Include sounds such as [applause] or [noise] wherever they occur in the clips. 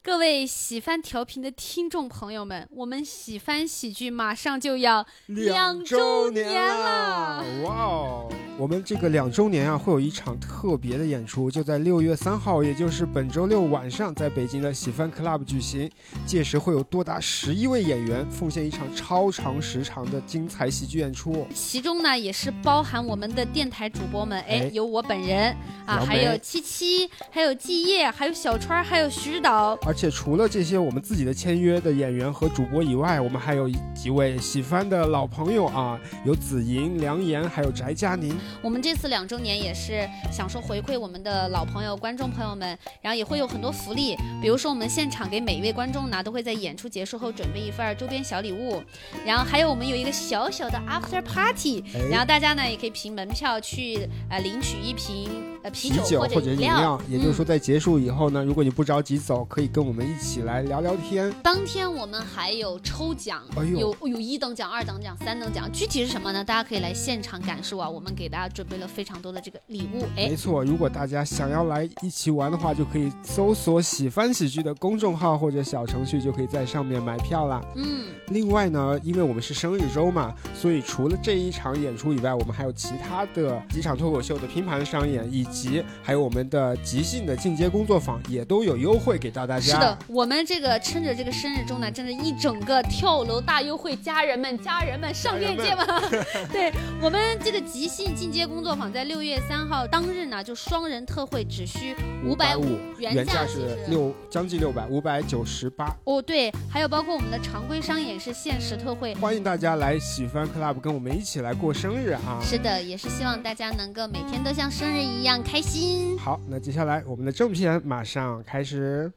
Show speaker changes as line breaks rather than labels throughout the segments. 各位喜番调频的听众朋友们，我们喜番喜剧马上就要两周
年
[laughs]
了，
哇哦！
我们这个两周年啊，会有一场特别的演出，就在六月三号，也就是本周六晚上，在北京的喜番 club 举行。届时会有多达十一位演员奉献一场超长时长的精彩喜剧演出。
其中呢，也是包含我们的电台主播们，哎
哎，
有我本人啊，
杨梅
还有七七，还有季夜，还有小川，还有徐导，
而且除了这些我们自己的签约的演员和主播以外，我们还有几位喜番的老朋友啊，有子莹、梁岩，还有翟佳宁。
我们这次两周年也是想说回馈我们的老朋友、观众朋友们，然后也会有很多福利，比如说我们现场给每一位观众呢，都会在演出结束后准备一份儿周边小礼物，然后还有我们有一个小小的 after party，然后
哎
大家呢也可以凭门票去呃领取一瓶呃啤
啤酒
或
或者
饮
饮
料
料，，也就是
嗯
说，在结束以后呢，如果你不着急走，可以跟我们一起来聊聊天。
当天我们还有抽奖，
哎呦
有有一等奖、二等奖、三等奖，具体是什么呢？大家可以来现场感受啊！我们给大家准备了非常多的这个礼物，哎
没，错，如果大家想要来一起玩的话，就可以搜索“喜欢喜剧”的公众号或者小程序，就可以在上面买票啦。
嗯，
另外呢，因为我们是生日周嘛，所以除了这一场演出以外，我们还有其他的几场脱口秀的拼盘商演，以及还有我们的即兴的进阶工作坊，也都有优惠给到大家。
是的，，我们这个趁着这个生日周呢，真是一整个跳楼大优惠，家人们，家人们上链接吧！ [laughs] 对我们这个即兴进阶工作坊，在六月三号当日呢，就双人特惠，只需五百五，
原
价
价
其
是
实
六，将近六百，五百九十八。
哦，对，还有包括我们的常规商演是限时特惠，
欢迎大家来喜欢 club 跟我们一起来过生日啊！
是的，也是希望大家能够每天都像生日一样开心。
好，那接下来我们的正片马上开始。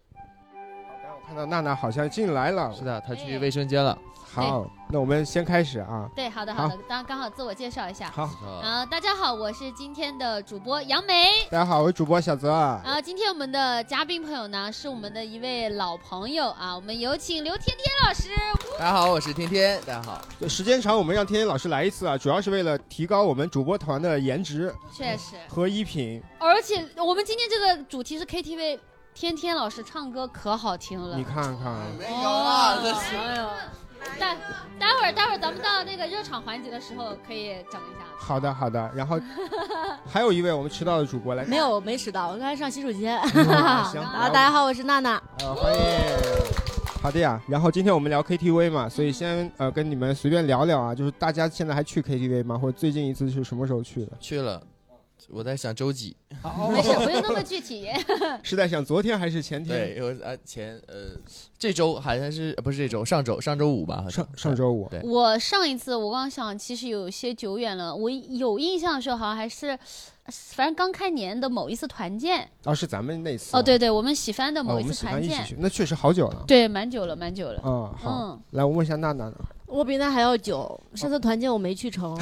好，刚刚我看到娜娜好像进来了。
是的，他去卫生间了。
好，那我们先开始啊。
对，好的，好的，刚刚好自我介绍一下。
好，
啊，
啊，大家好，我是今天的主播杨梅。
大家好，我是主播小泽。啊
然后呃今天我们的嘉宾朋友呢，是我们的一位老朋友啊，我们有请刘天天老师。
大家好，我是天天。大家好，
时间长，我们让天天老师来一次啊，主要是为了提高我们主播团的颜值
确实，
和衣品。
而且我们今天这个主题是 KTV，天天老师唱歌可好听了
你。看看，
没
哦，
啊这是
哎呦，待待会儿待会儿咱们到那个热场环节的时候可以整一下。
好的好的。然后 [laughs] 还有一位我们迟到的主播来，
没有，没迟到，我刚才上洗手间。
嗯
[laughs]
行，
好
啊，大家好，我是娜娜。
呃，欢迎。好的呀，然后今天我们聊 KTV 嘛，所以先呃跟你们随便聊聊啊，就是大家现在还去 KTV 吗？或者最近一次是什么时候去的？
去了。我在想周
[laughs]
几？
哦没事，不用那么具体。 [laughs]
是在想昨天还是前天？
对，我啊前呃这周好像是呃不是这周，上周上周五吧？好像
上上周五。
对
我上一次我刚想，其实有些久远了。我有印象的时候，好像还是，反正刚开年的某一次团建。
哦，是咱们那次。
哦，对对，我们喜番的
啊，
某
我
一
们
次
喜欢
团
一
建
起，去，那确实好久了。
对，蛮久了，蛮久了。
嗯，好，
嗯，
来，我问一下娜娜呢？
我比那还要久，上次团建我没去
[laughs]
成，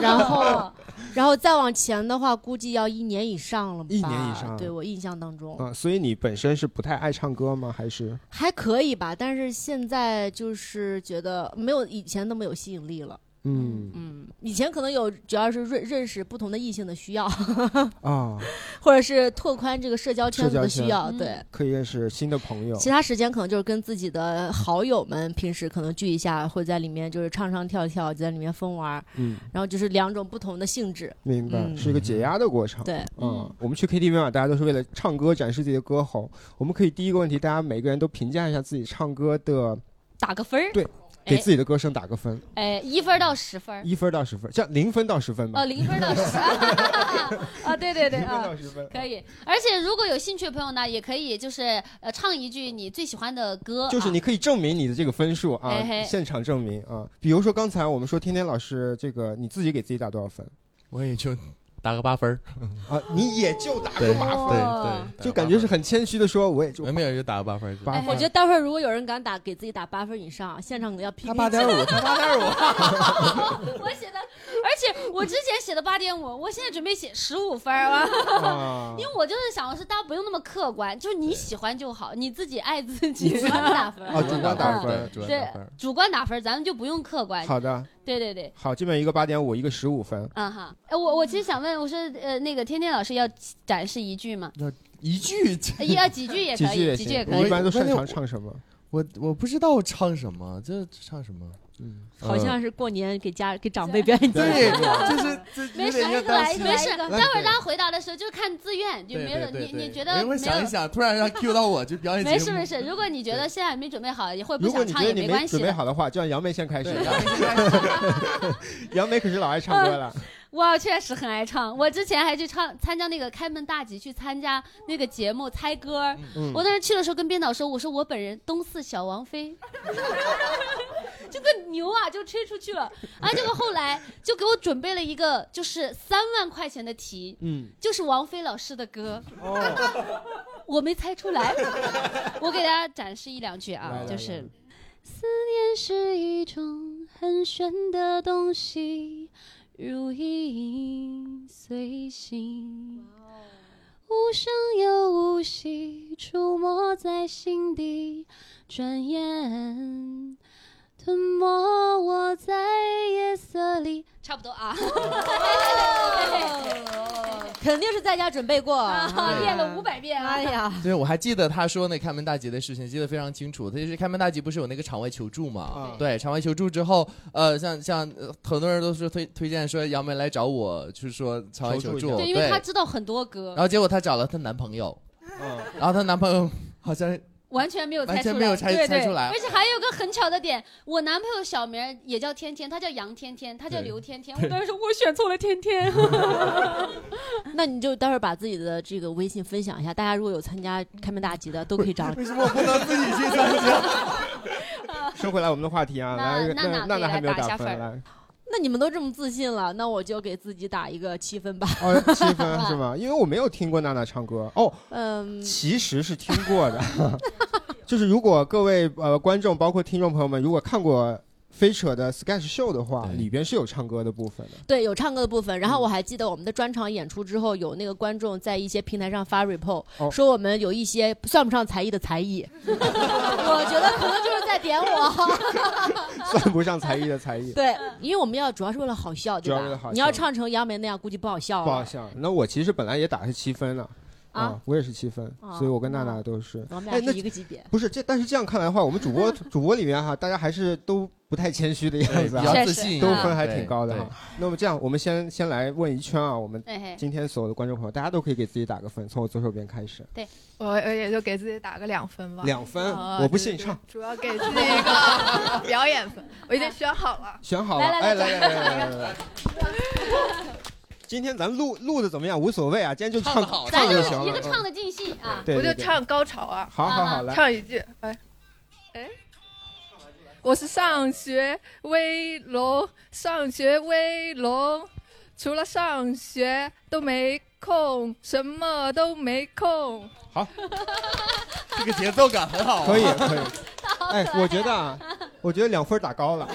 然后，然后再往前的话，估计要一年以上了吧。
一年以上
对我印象当中
啊，所以你本身是不太爱唱歌吗？还是
还可以吧，但是现在就是觉得没有以前那么有吸引力了。
嗯
嗯，以前可能有，主要是认认识不同的异性的需要， [laughs]
啊，
或者是拓宽这个社交圈子的
社交圈
需要。
嗯
对，
可以认识新的朋友
其他时间可能就是跟自己的好友们平时可能聚一下，会在里面就是唱唱跳跳，就在里面疯玩儿，
嗯，
然后就是两种不同的性质。
明白，
嗯
是一个解压的过程。
对，
嗯
嗯，
我们去 KTV 嘛，大家都是为了唱歌，展示自己的歌喉。我们可以第一个问题，大家每个人都评价一下自己唱歌的，
打个分儿，
对
哎
给自己的歌声打个分，
哎，一分儿到十分儿，
一分到十分，这样零分到十分吧
哦，。零分儿到十，啊，对对
[laughs]
对
零分
啊
到。十分，
可以，而且如果有兴趣的朋友呢，也可以就是呃唱一句你最喜欢的歌，
[laughs] 就是你可以证明你的这个分数啊
啊嘿嘿，
现场证明啊。比如说刚才我们说天天老师，这个你自己给自己打多少分
我也就打个八分儿。
啊？你也就打
对
个八分，
哦
对对，
就感觉是很谦虚的说，我也就
没没有就打个八分儿就。
哎
八分。
哎我觉得待会儿如果有人敢打，给自己打八分以上，现场可能要 PK。
他八
[laughs]
点五，他八点五。
[laughs] 我写的，而且我之前写的八点五，我现在准备写十五分儿了，
啊
[laughs] 因为我就是想的是大家不用那么客观，就是你喜欢就好，你自己爱自己，
主观打分
啊，主观打分。
主观
对
打分儿，
主观打分儿，咱们就不用客观，
好的，
对对对。
好，这边一个八点五，一个十五分。
嗯哈，哎，我我其实想问，我说呃，那个天天老师要展示一句吗？
要
一句，
一啊几句也可
几句
以，
也
几句也
行。
可
你一
以。
般都
关
擅
键
长
我
唱什么？
我我不知道我唱什么，这唱什么，
嗯，
好像是过年给家给长辈表演节目。
对，就是
[laughs]
这
没
有
事，
点
来一
像
个，来一
当时
个，
没事
来一个
待会儿拉回答的时候就看自愿，就
对
没有
对
你
对
你
对
觉得
我一会
没
儿想一
有？
想，突然让 Q 到我，就表演节目。
没事没事，如果你觉得现在没准备好，也或者不
如果
想
你
唱
觉
也
得你
没
没
关系
准备
的。
好的话，就让杨梅先开始
对。。然后现在
[laughs] 杨梅可是老爱唱歌了，
我确实很爱唱，我之前还去唱参加那个开门大吉，去参加那个节目猜歌儿。
嗯
我当时去的时候跟编导说，我说我本人东四小王妃，这个牛啊就吹出去了。啊，结果后来就给我准备了一个就是三万块钱的题，
嗯，
就是王菲老师的歌，
哦，
[laughs] 我没猜出来。我给大家展示一两句
来
啊，
来
就是
来。
思念是一种很玄的东西，如影随形。无声又无息，触摸在心底，转眼吞没我在夜色里。差不多
[laughs]
啊，
肯定是在家准备过，
哎啊练了五百遍啊
哎！呀，
对，我还记得他说那开门大吉的事情，记得非常清楚。他就是开门大吉，不是有那个场外求助嘛？
啊
对，场外求助之后，呃，像像呃很多人都是推推荐说杨梅来找我，就是说场外
求
求
助一
助，
下
对，因为她知道很多歌
然，后结果她找了她男朋友，
嗯，
然后她男朋友好像
完全没有猜出来，
完全没有猜
对
猜出来
对而且还有个很巧的点，我男朋友小名儿也叫天天，他叫杨天天，他叫
对
刘天天。我当时说我选错了天天，
那你就待会儿把自己的这个微信分享一下，大家如果有参加开门大吉的，都可以找
为什么我不能自己去参加？
说回来我们的话题啊，
嗯那
来，
娜
那
娜
娜娜
可以
还没有
来打一下
打分
分
来，
[laughs] 那你们都这么自信了，那我就给自己打一个七分吧。
哦，七
[laughs]
分是吗？因为我没有听过娜娜唱歌，哦，
嗯，
其实是听过的， [laughs] 就是如果各位呃观众包括听众朋友们，如果看过。飞扯的 sketch show 的话，
对
里边是有唱歌的
[laughs]
部分的。
对，有唱歌的部分。
嗯
然后我还记得我们的专场演出之后，有那个观众在一些平台上发 report，、
哦
说我们有一些算不上才艺的才
[laughs]
艺。我觉得可能就是在点我。
[laughs] 算不上才艺的才艺，
对，因为我们要主要是为了好笑，对
主要
吧？
为了好
你要
笑
唱成杨梅那样，估计不好笑了。
不好笑。那我其实本来也打是七分了
啊
啊，我也是七分，
啊
所以我跟娜娜都是
我们
哎
俩
那
是一个级别。
不是这？但是这样看来的话，我们
[laughs]
主播主播里面哈，大家还是都不太谦虚的样子
比
啊，
较
确
自
实
信，
都分还挺高的
对
哈。那么这样，我们先先来问一圈啊，我们
哎嘿，
今天所有的观众朋友，大家都可以给自己打个分，从我左手边开始，
我我也就给自己打个两分吧。
两分
啊，
我不
对
信
对
唱，
主要给自己一
[laughs]
个表演分，我已经选好了。
选好了，
来来
哎来来来来来来。今天咱录录的怎么样无所谓啊，今天就
唱
唱
得好
咱就
就行了，
一个
嗯
唱的尽兴啊。
对，
我就
对，
唱高潮啊
对，好好好
啊
来，
唱一句，哎，哎，我是上学威龙，上学威龙，除了上学都没空，什么都没空。
这个节奏感很好啊。
可以
[laughs]
可以。哎，我觉得啊，我觉得两分打高了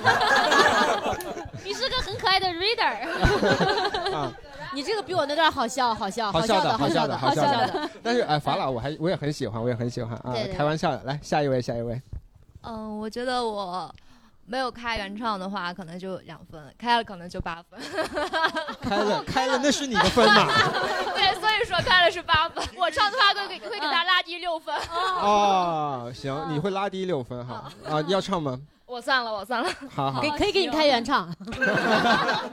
[laughs]
你是个很可爱的 reader，
啊，
你这个比我那段好笑，好笑，
好
笑
笑的
好
好笑的
的，
好
好
笑
笑
的
的。
但是哎，法老我还我也很喜欢，我也很喜欢啊
对对，对
开玩笑的。来下一位，下一位，
嗯，我觉得我没有开原创的话，可能就两分，开了可能就八分。 [laughs]
开了开了，那是你的分嘛？
对，所以说开了是八分。我唱的话会会给他拉低六分。
哦，行，你会拉低六分哈啊，要唱吗？
我算了，我算了。
好好
给可以给你开原 [laughs] 唱，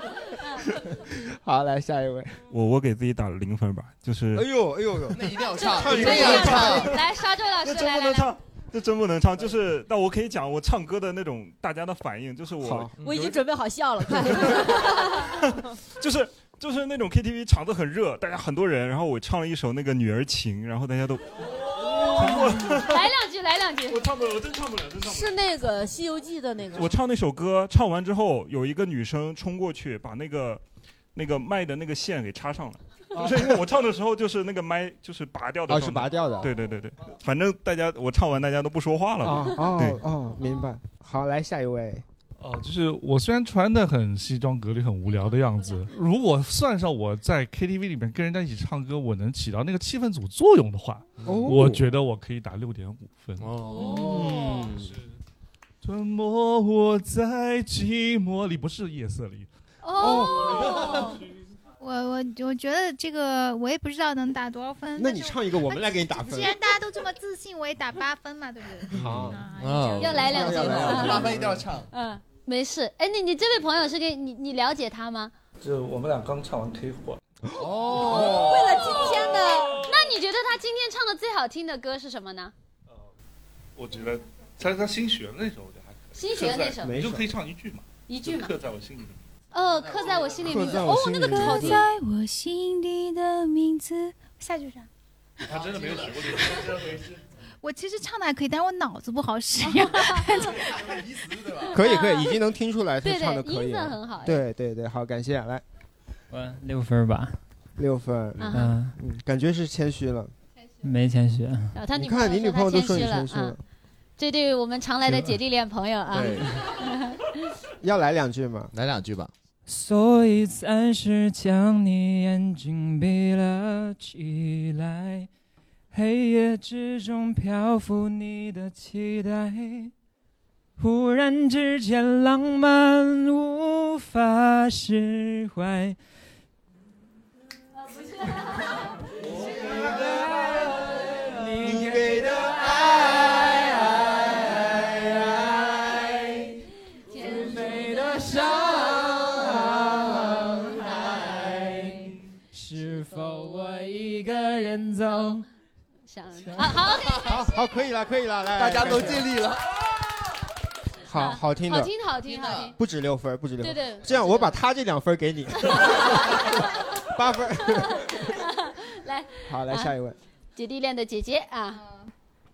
[laughs] 好，来下一位。
我我给自己打了零分吧，就是
哎呦哎呦呦，
那一定要唱，
唱一
一
个
定要唱。
来沙洲老
这
师来
真不
来
能
来，
唱，这真不能唱。就是，但我可以讲我唱歌的那种大家的反应，就是我
好，
我已经准备好笑了，
[laughs]
快！
就是就是那种 KTV 场子很热，大家很多人，然后我唱了一首那个《女儿情》，然后大家都，我
来两句，来两句。
我唱不了，我真唱不了，真唱不了。
是那个《西游记》的那个，
我唱那首歌，唱完之后，有一个女生冲过去把那个那个麦的那个线给插上了，就是因为我唱的时候就是那个麦就是拔掉的，
哦，是拔。掉的。
对对对对，反正大家我唱完大家都不说话了。
哦
对
哦哦，明白。好，来下一位。
哦，就是我虽然穿的很西装革履、很无聊的样子，如果算上我在 KTV 里面跟人家一起唱歌，我能起到那个气氛组作用的话，
哦，
我觉得我可以打六点五分。
哦，
吞没我在寂寞里，不是夜色里。
哦，
[laughs] 我我我觉得这个我也不知道能打多少分。
那
但
你
是
唱一个，我们来给你打分
既。然大家都这么自信，我也打八分嘛，对不
[laughs]
对？
好，
啊
要来两句
要来两
吗
句？
麻烦一定要唱。
嗯，没事。哎，那你这位朋友是给你，你了解他吗？
就我们俩刚唱完 K 火，
哦，
为了今天的，那你觉得他今天唱的最好听的歌是什么呢？
我觉得他他新学的那首我觉得还可以，
新学的那首
没
你
事
就可以唱一句嘛，
一
就
句嘛。
刻在我心里。
呃，刻在我心里
刻
名字。
在我
哦，
心
那
里
个
的
歌好
名字
听。
在我心底的名字，下句是啥？
他真的没有学过这个，真的没学。
我其实唱的还可以，但是我脑子不好 [laughs] 使。
[laughs] 可以可以，已经能听出来他
对
唱的
对，
可以
音色
了。
很好。，
对对对，好，感谢，来
我六分吧，
六分，
啊哈，
嗯，
嗯，感觉是谦虚了。
没谦虚，
然后他
你
女朋
看你女朋
友
友都
说
说
他谦
你谦
虚
虚
了
了
啊，。这对于我们常来的姐弟恋朋友啊，
对，
要来两句吗？
来两句吧。
所以暂时将你眼睛闭了起来，黑夜之中漂浮你的期待，忽然之间浪漫无法释怀。你给的爱，甜美的伤害，是否我一个人走？
想啊，好，OK，
好好，可以了，可以了，来，
[laughs] 大家都
感谢
尽力了。
好好听
好
的，
听，好听，好听。
不止六分，不止六
对
分。
对，
这样，我把他这两分给你，八分。
来，
好，来
啊
下一位。
姐弟恋的姐姐啊，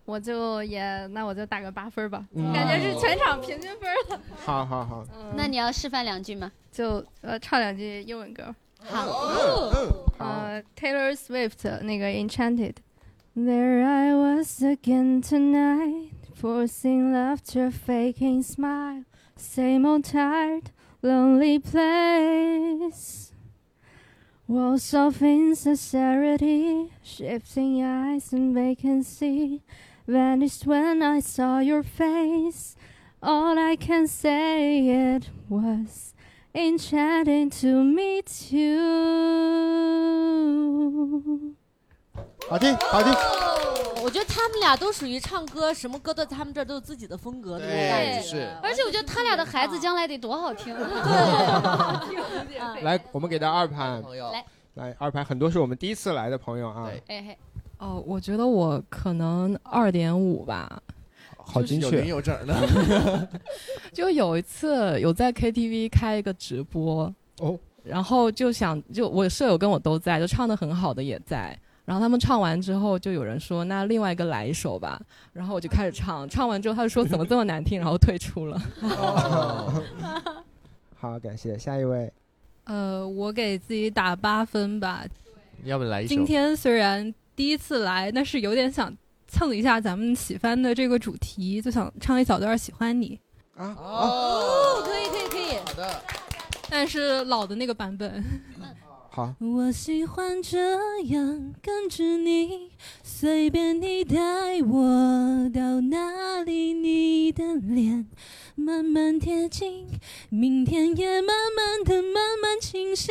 我就也，那我就打个八分吧，
嗯
感觉是全场平均分了。
好好好，
嗯
那你要示范两句吗？
就呃唱两句英文歌，
好，
嗯，好，
呃，Taylor Swift 那个 Enchanted。There I was again tonight, forcing laughter, faking smile, same old tired, lonely place. Walls of insincerity, shifting eyes and vacancy, vanished when I saw your face. All I can say it was enchanting to meet you.
好听，好听。
哦我觉得他们俩都属于唱歌，什么歌都他们这儿都有自己的风格那种感觉。
对是
而且我觉得他俩的孩子将来得多好听。 [laughs] 啊
来，我们给他二盘，
朋友
来
来二盘，很多是我们第一次来的朋友啊，
对
哎嘿，
哦，我觉得我可能二点五吧。
好精
有零
确。
有整的。
[laughs]
[laughs]
就有一次有在 KTV 开一个直播
哦，
然后就想就我舍友跟我都在，就唱的很好的也在。然后他们唱完之后，就有人说：“那另外一个来一首吧。”然后我就开始唱，唱完之后他就说：“怎么这么难听？”然后退出
[laughs]
了。
哦
[laughs]
好，感谢下一位。
呃，我给自己打八分吧。
要不来一首
今？天虽然第一次来，但是有点想蹭一下咱们喜番的这个主题，就想唱一小段《喜欢你
啊啊，
哦，
哦，
可以可以可以，
好的，》，
但是老的那个版本。
好，
我喜欢呃这样跟着你，随便你带我到哪里，你的脸慢慢贴近，明天也慢慢的慢慢清晰。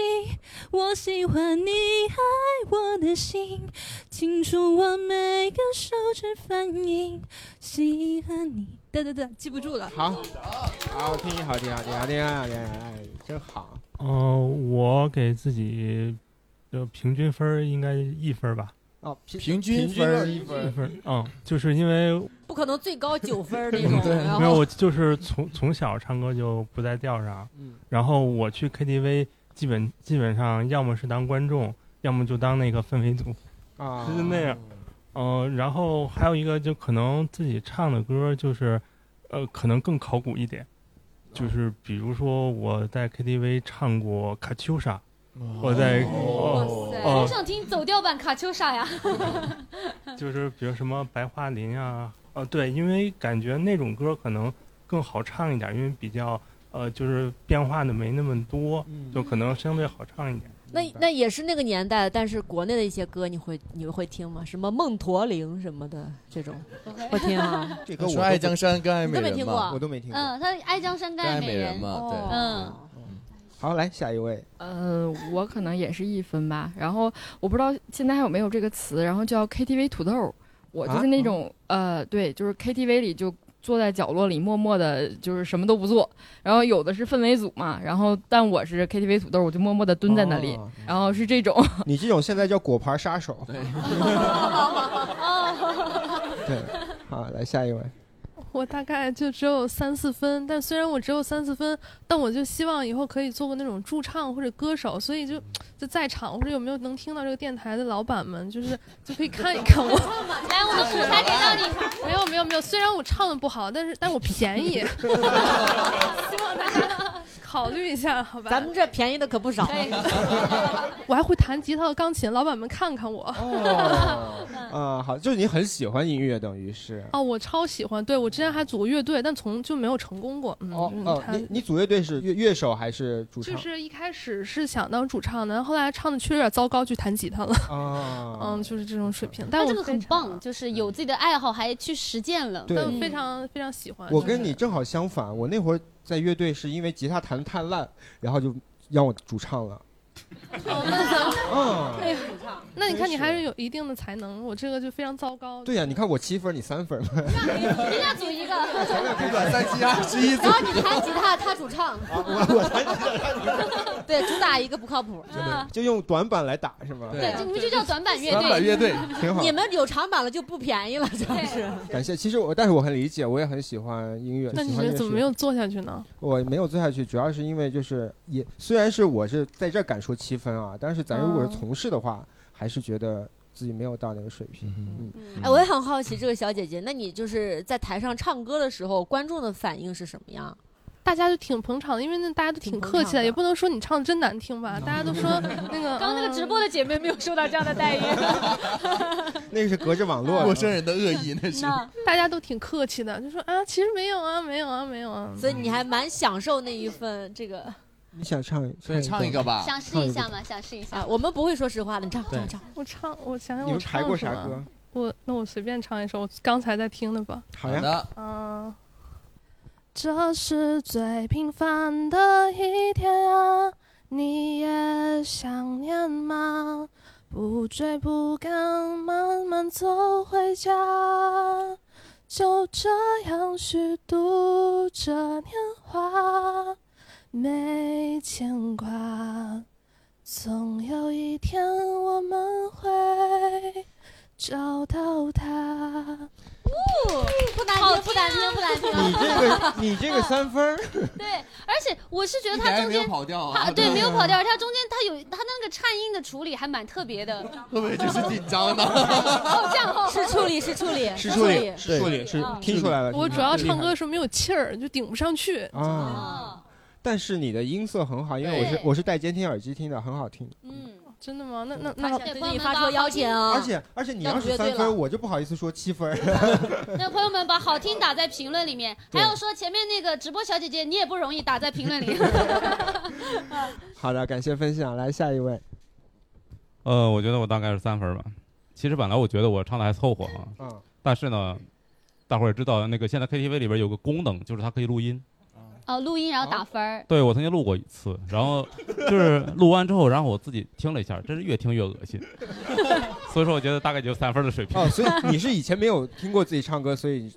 我喜欢你爱我的心，清楚我每个手指反应，喜欢你。对对对，记不住了。
好，好听，好听，好听，好听，好听，哎，真好。
哦，我给自己的平均分儿应该一分儿吧，
哦，平
平均
平均
分
分
儿
一
一
分，
分儿。嗯，就是因为
不可能最高九分儿那
[laughs] 嗯
种。
对
然
没有
后
我就是从从小唱歌就不在调上，
嗯，
然后我去 KTV 基本基本上要么是当观众，要么就当那个氛围组。
啊，
就是那样。嗯、
哦
然后还有一个就可能自己唱的歌就是，呃，可能更考古一点，就是比如说我在 KTV 唱过《卡秋莎》，我在哦
好
哦，
想听走调版卡秋莎呀。
就是比如什么白桦林啊，哦、对，因为感觉那种歌可能更好唱一点，因为比较呃就是变化的没那么多，
嗯
就可能相对好唱一点。
那那也是那个年代，但是国内的一些歌你会你会听吗？什么梦驼铃什么的这种，会听啊。
[laughs] [laughs] 这歌
说
我
爱
都
江山更爱
你
美
都没
人
听
嘛，
过？
嗯
我都没听过。
嗯，他《爱江山更
更爱
美
美人嘛，对。
哦
嗯，
好，来下一位。
呃，我可能也是一分吧。然后我不知道现在还有没有这个词，然后叫 KTV 土豆。我就是
啊
那种、呃，对，就是 KTV 里就坐在角落里默默的，就是什么都不做。然后有的是氛围组嘛，然后但我是 KTV 土豆，我就默默的蹲在那里，
哦
然后是这种。
你这种现在叫果盘杀手。对，好，来下一位。
我大概就只有三四分，但虽然我只有三四分，但我就希望以后可以做个那种驻唱或者歌手，所以就就在场或者有没有能听到这个电台的老板们，就是就可以看一看我。
来，我们舞台给到
你。没有没有没有，虽然我唱的不好，但是但我便宜，希望大家考虑一下，好吧？咱们
这便宜的可不少。
我还会弹吉他和钢琴，老板们看看我。
啊，好，就是你很喜欢音乐，等于是。
哦，我超喜欢，对我之前还组过乐队，但从就没有成功过。嗯，就是你
哦，
看
你你组乐队是乐乐手还是主唱？
就是一开始是想当主唱的，然后后来唱的确实有点糟糕，去弹吉
[laughs]
他了。
啊，
嗯，就是这种水平。但
但
我
哎这个很棒，就是有自己的爱好，还去实践了，
对
但非常非常喜
啊
欢。
我
就
跟
是
你正好相反，我那会儿在乐队是因为吉他弹得太烂，然后就让我主唱了。
啊
嗯，
哎那你看你还是有一定的才能，我这个就非常糟糕。
对呀、你看我七分，你三分。 [laughs]
人
家组一个，
咱俩可以把三七二十一组
然后你弹吉他，他主唱。
啊我我弹吉
[laughs] 对，主打一个不靠谱。啊
他，就用短板来打是吗？
对，
啊
就你们就叫短板乐队。
短
[laughs]
板乐队挺好
你们有长板了就不便宜了，真是。
感谢。其实我，但是我很理解，我也很喜欢音乐。
[laughs] 那你
喜欢
是
乐
怎么
事
没有做下去呢？
我没有做下去，主要是因为就是也虽然是我是在这儿敢说七分啊，但是咱如果是
哦
从事的话，还是觉得自己没有到那个水平。嗯，
[laughs] 哎，我也很好奇这个小姐姐，那你就是在台上唱歌的时候，观众的反应是什么样？
大家就挺捧场的，因为那大家都挺客气的，也不能说你唱的真难听吧，大家都
[laughs]
说那个。
刚
嗯
刚那个直播的姐妹没有受到这样的待遇。
那个是隔着网
[laughs]
络
陌生人的恶意，那是。
[laughs] 大家都挺客气的，就说啊，其实没有啊，没有啊，没有啊。
所以你还蛮享受那一份这个。
你想唱
以唱一个吧
想试一下
吗？想试一
下。啊我们不会说实话的，你唱
对
唱唱。
我唱，我想想
你
我
们
唱
排过
什
啥
么啊
歌？
我那我随便唱一首，我刚才在听的吧。
好呀好的
嗯。这是最平凡的一天啊，你也想念吗？不追不赶，慢慢走回家。就这样虚度着年华，没牵挂。总有一天我们会找到他。
不难听，哦不难听，不难听。
你这个你这个三分儿，
对，而且我是觉得
一
他
点也
中
没有
间
跑调啊 [laughs]
他对没有跑调，他中间他有他那个颤音的处理还蛮特别的，哦
会不会这是紧张的？
后降后
是处理，是处理，
是处理，嗯是处理，是听出来了。
我主要唱歌
厉
时候没有气儿，就顶不上去。
害啊，但是你的音色很好，因为我是
对
我是戴监听耳机听的，很好听。
嗯，
真的吗？那那那
对你发出邀请啊
而且而且你要是三分，我就不好意思说七分。
那朋友们把好听打在评论里面，还
对
有说前面那个直播小姐姐你也不容易，打在评论里。
[laughs] 好的，感谢分享，来下一位。
呃，我觉得我大概是三分儿吧。其实本来我觉得我唱的还凑合啊，
嗯
但是呢，大伙儿也知道，那个现在 KTV 里边有个功能，就是它可以录音。
哦，录音然后打分儿。
对我曾经录过一次，然后就是录完之后，然后我自己听了一下，真是越听越恶心。所以说，我觉得大概就三分儿的水平。
[laughs] 哦，所以
[laughs]
你是以前没有听过自己唱歌，所以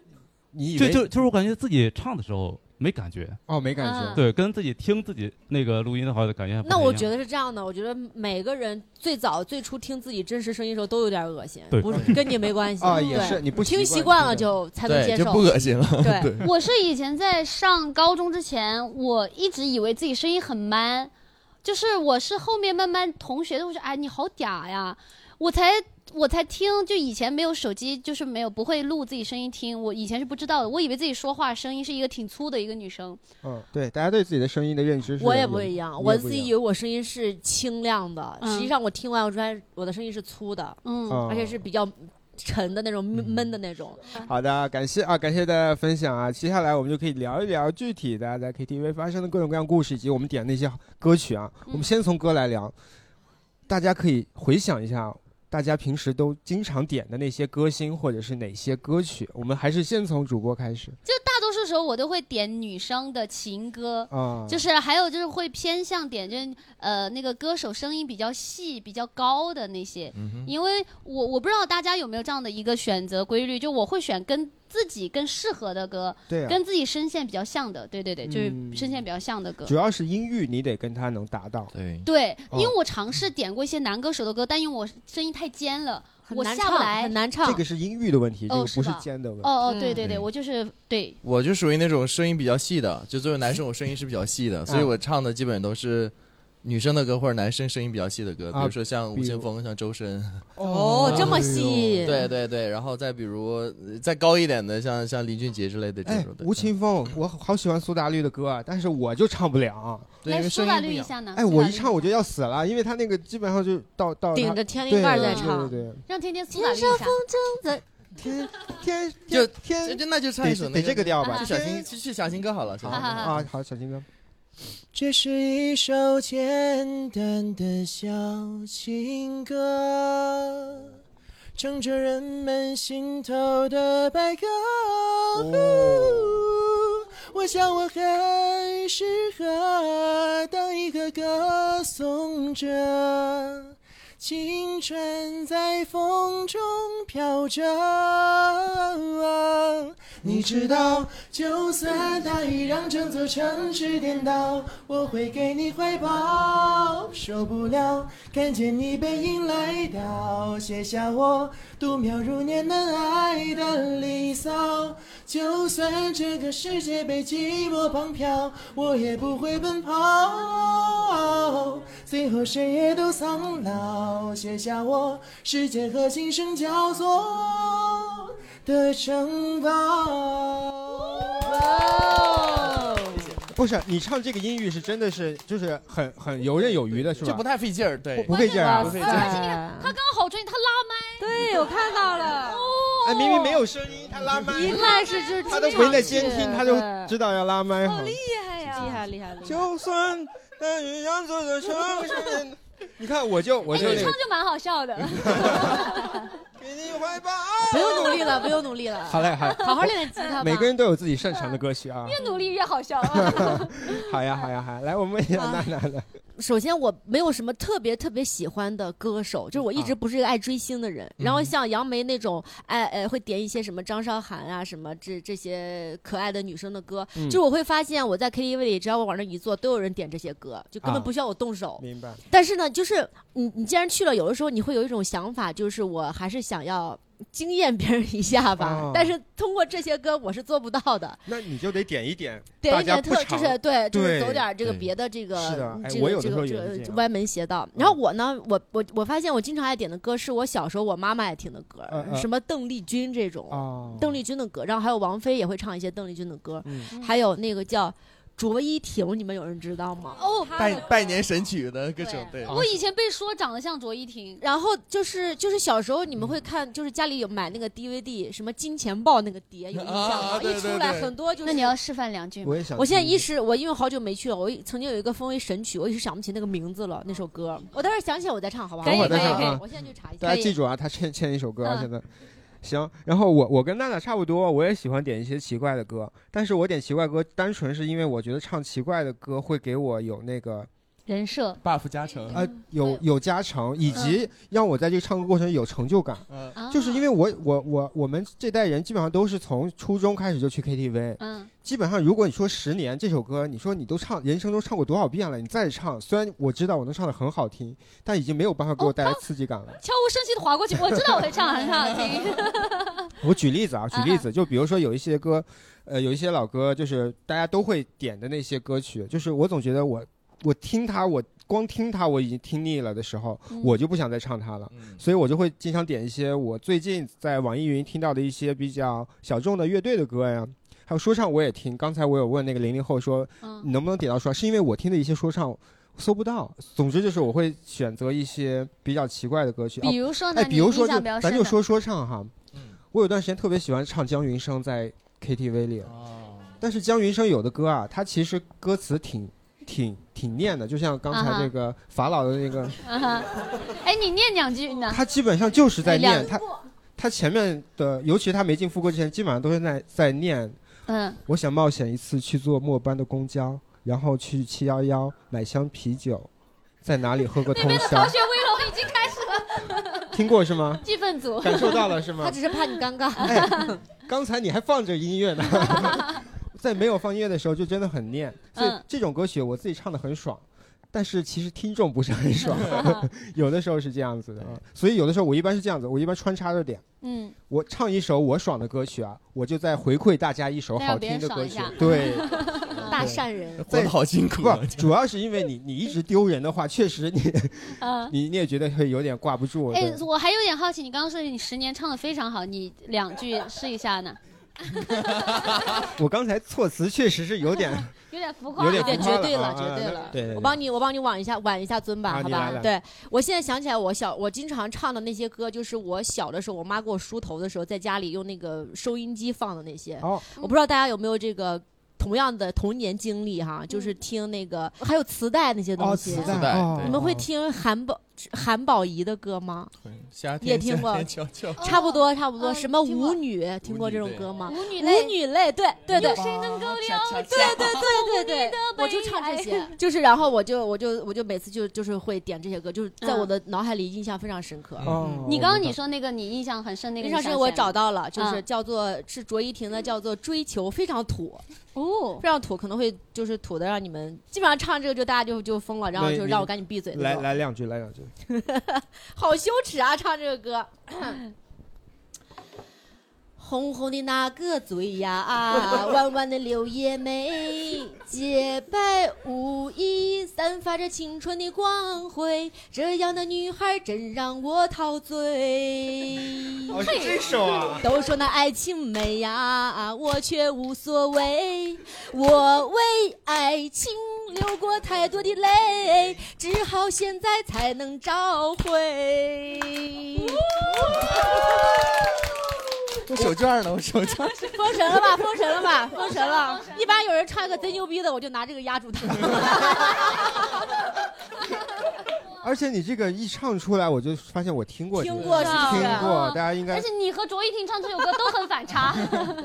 你以 [laughs]
就
为
就就是我感觉自己唱的时候没感觉。
哦，没感觉。
对，跟自己听自己那个录音的话，感觉还不太
嗯那我
一样
觉得是这样的，我觉得每个人最早最初听自己真实声音的时候都有点恶心，
对
不是跟你没关系
啊也
对
是你不习
听
惯
习惯
对
了
的
就才能
对
接
就
受，
不恶心了
对，
[laughs] 对
我是以前在上高中之前，我一直以为自己声音很 man，就是我是后面慢慢同学都会说，哎，你好嗲呀，我才我才听，就以前没有手机，就是没有不会录自己声音听，我以前是不知道的，我以为自己说话声音是一个挺粗的一个女生，
嗯，对，大家对自己的声音的认知是
我也不一样，我自己以为
有
我声音是清亮的，
嗯
实际上我听完我发现我的声音是粗的，
嗯
哦嗯
而且是比较沉的那种闷闷的那种。
好的，感谢啊，感谢大家的分享啊。接下来我们就可以聊一聊具体大家在 KTV 发生的各种各样故事，以及我们点的那些歌曲啊。我们先从歌来聊，大家可以回想一下，大家平时都经常点的那些歌星或者是哪些歌曲。我们还是先从主播开始。
就大多数时候我都会点女生的情歌，
啊
就是还有就是会偏向点就是呃那个歌手声音比较细、比较高的那些，
嗯哼
因为我我不知道大家有没有这样的一个选择规律，就我会选跟自己更适合的歌，
对啊
跟自己声线比较像的，对对对，就是
嗯
声线比较像的歌。
主要是哦音域你得跟他能达到。
对
对，因为我尝试点过一些男歌手的歌，但因为我声音太尖了，我
难
下不
唱
来，
很难
这个是音域的问题，这
哦，
个不是
吧
尖的问题。
哦哦，对对对，
嗯
我就是对，
我就属于那种声音比较细的，就作为男生，我声音是比较细
啊
的，所以我唱的基本都是女生的歌或者男生声音比较细的歌，比
啊
如说像吴
比
青
如
峰、像周深。
哦这么
细
对对对，然后再比如呃再高一点的，像像林俊杰之类的这
哎
种，的。
吴青峰，我好喜欢苏打绿的歌啊，但是我就唱不了。
对来因为苏声音打绿不一一样下呢
哎，
苏打
我
绿
一唱我就要死了，因为他那个基本上就到到
顶
他
着天灵盖儿在唱
对对对对
让天天苏
打绿一下。
在天天
就
天
就那就唱一首
得
那啊
得这个调吧
就小
天
情去去小情歌好了，小情歌
啊啊，好，小情歌。
这是一首简单的小情歌，唱着人们心头的白鸽。我想我很适合当一个歌颂者，青春在风中飘着。你知道，就算大雨让整座城市颠倒，我会给你怀抱。受不了，看见你背影来到，写下我度秒如年难挨的离骚。就算这个世界被寂寞绑票，我也不会奔跑。最后谁也都苍老，写下我世界和琴声交错的城堡。
不是你唱这个音域是真的是就是很很游刃有余的是吧？
就不太费劲儿，对，
不费劲儿啊，不费劲
而且你
儿。
看他刚好追你，他拉麦，哦
对我看到了，
哎，明明没有声音，他拉麦，
一看是就是
他都
经
围在
常
监
去
听，他就
对
知道要拉麦。好
厉害呀，厉害厉害厉害！
就算大雨让整座城市，你看我就我就
哎
那
你
个
唱就蛮好笑
[laughs]
的。
不用努力了，不用努力了。
好嘞，好嘞，
好好练练吉他吧。
每个人都有自己擅长的歌曲啊。
越努力越好笑。
[laughs] 好呀，好呀，好呀，来，我们问一下
啊
娜娜的。
首先我没有什么特别特别喜欢的歌手，
嗯
就是我
啊
一直不是一个爱追星的人。然后像杨梅那种爱呃会点一些什么张韶涵啊什么这这些可爱的女生的歌，
嗯
就是我会发现我在 KTV 里只要我往那一坐，都有人点这些歌，就
啊
根本不需要我动手。
明白。
但是呢，就是嗯你你既然去了，有的时候你会有一种想法，就是我还是想要惊艳别人一下吧。
啊
但是通过这些歌我是做不到的。
那你就得点一点，
点
大
一
家
点
不
特，就
常
是对，就是
对
走点儿这个
对
别的这个嗯
是的哎
这
我有
个
的
这
时候
个
也
这
是这
个
样
歪门邪道。然后我呢，我我我发现我经常爱点的歌是我小时候我妈妈爱听的歌
嗯，嗯
什么邓丽君这
哦
种，邓丽君的歌，然后还有王菲也会唱一些邓丽君的歌
嗯，
还有那个叫卓依婷，你们有人知道吗？
哦，
拜拜年神曲的各种对。
我以前被说长得像卓依婷，
然后就是就是小时候你们
嗯
会看，就是家里有买那个 DVD，什么《金钱豹》那个碟，有印象
啊
吗？
对
一出
对
来
对
很多就是。
那你要示范两句吗
我也想
我现在
听
一时，我因为好久没去了，我曾经有一个风为神曲，我一时想不起那个名字了，那首歌。我待会儿想起来我再唱，好不好？
嗯等会儿再唱啊
我现在去查一下。
大家记住啊，他欠欠一首歌啊，
嗯
现在。行，然后我我跟娜娜差不多，我也喜欢点一些奇怪的歌，但是我点奇怪歌单纯是因为我觉得唱奇怪的歌会给我有那个
人设
buff 加
[laughs]
成
呃
嗯
有有加成，以及让我在这个唱歌过程中有成就感。
嗯
啊
就是因为我我我我们这代人基本上都是从初中开始就去 KTV，
嗯，
基本上如果你说十年这首歌，你说你都唱人生都唱过多少遍了，你再唱，虽然我知道我能唱的很好听，但已经没有办法给我带来刺激感了。
悄无声息的划过去，我知道我会唱，很好听。
[laughs] 我举例子啊，举例子，就比如说有一些歌，呃，有一些老歌，就是大家都会点的那些歌曲，就是我总觉得我我听它，我光听它我已经听腻了的时候，
嗯
我就不想再唱它了，所以我就会经常点一些我最近在网易云听到的一些比较小众的乐队的歌呀。还有说唱我也听，刚才我有问那个零零后说，你能不能点到说唱，是因为我听的一些说唱搜不到。总之就是我会选择一些比较奇怪的歌曲，啊
比如说呢
哎，
你
比如
印
说
象
就
比较
咱
深
就
的
说说唱哈，我有段时间特别喜欢唱姜云升在 KTV 里，但是姜云升有的歌啊，他其实歌词挺挺挺念的，就像刚
啊
才
哈
那个法老的那个，
啊哈，哎，你念两句呢？
他基本上就是
哎
在
两
念他他前面的，尤其他没进副歌之前，基本上都是在在念。
嗯，
我想冒险一次去坐末班的公交，然后去七幺幺买箱啤酒，在哪里喝个
那
通
边的
宵
逃？学威龙已经开始了，
听过是吗？
气氛组嗯
感受到了是吗哎
他只是怕你尴尬。
刚才你还放着音乐呢， [laughs] 在没有放音乐的时候就真的很念，所以
嗯
这种歌曲我自己唱的很爽。但是其实听众不是很爽， [laughs] 有的时候是这样子的，啊所以有的时候我一般是这样子，我一般穿插着点，
嗯，
我唱一首我爽的歌曲啊，我就再回馈大家一首
再让
好
别
听
人
的
爽
歌
一
曲
下，，
[laughs]
对，
大善人，
在不，主要是因为你你一直丢人的话，确实你
嗯。
你你也觉得会有点挂不住。
哎
对，
我还有点好奇，你刚刚说你十年唱的非常好，你两句试一下呢？
我刚才措辞确实是有点
有点浮
夸有点浮夸
绝对
了
了，
啊啊
绝对
啊
了。
对对对
我帮你，我帮你挽一下，挽一下尊吧，
啊
好
你来
吧
来？
对，我现在想起来，我小我经常唱的那些歌，就是我小的时候，我妈给我梳头的时候，在家里用那个收音机放的那些。
哦，
我不知道大家有没有这个。同样的童年经历哈，就是听那个，还有磁带那些东西。
磁带磁带哦
你们会听韩宝韩宝仪的歌吗？
夏
也
天
听
夏
过
天 [laughs] 悄悄，
差不多差不多。什么舞女，哦听过这种歌吗？舞女类，舞女类，对对
对
对。对对对对对，我就唱这些，
[laughs]
就是然后我就我就我就每次就就是会点这些歌，就是在我的脑海里印象非常深刻。
哦
嗯你刚刚你说那个你印象很深那个，
印象深，我找到了，就是
嗯
叫做是卓依婷的，叫做《追求》，非常土
哦，
非常土，可能会就是土的让你们基本上唱这个就大家就就疯了，然后就让我赶紧闭嘴那
来
种。
来两句，来两句。
好羞耻啊，唱这个歌。红红的那个嘴呀、啊，弯弯的柳叶眉，洁白无一，散发着青春的光辉。这样的女孩真让我陶醉。
哦是这首啊
都说那爱情美呀、我却无所谓。我为爱情流过太多的泪，只好现在才能找
[laughs]
回。
我手绢呢？我手绢。
封神了吧？封神了吧？封神了！一般有人唱一个贼牛逼的，我就拿这个压
[laughs]
住他。
而且你这个一唱出来，我就发现我听过这个，
听过是不是
听过，大家应
而
该
且。你和卓依婷唱这首歌都很反差。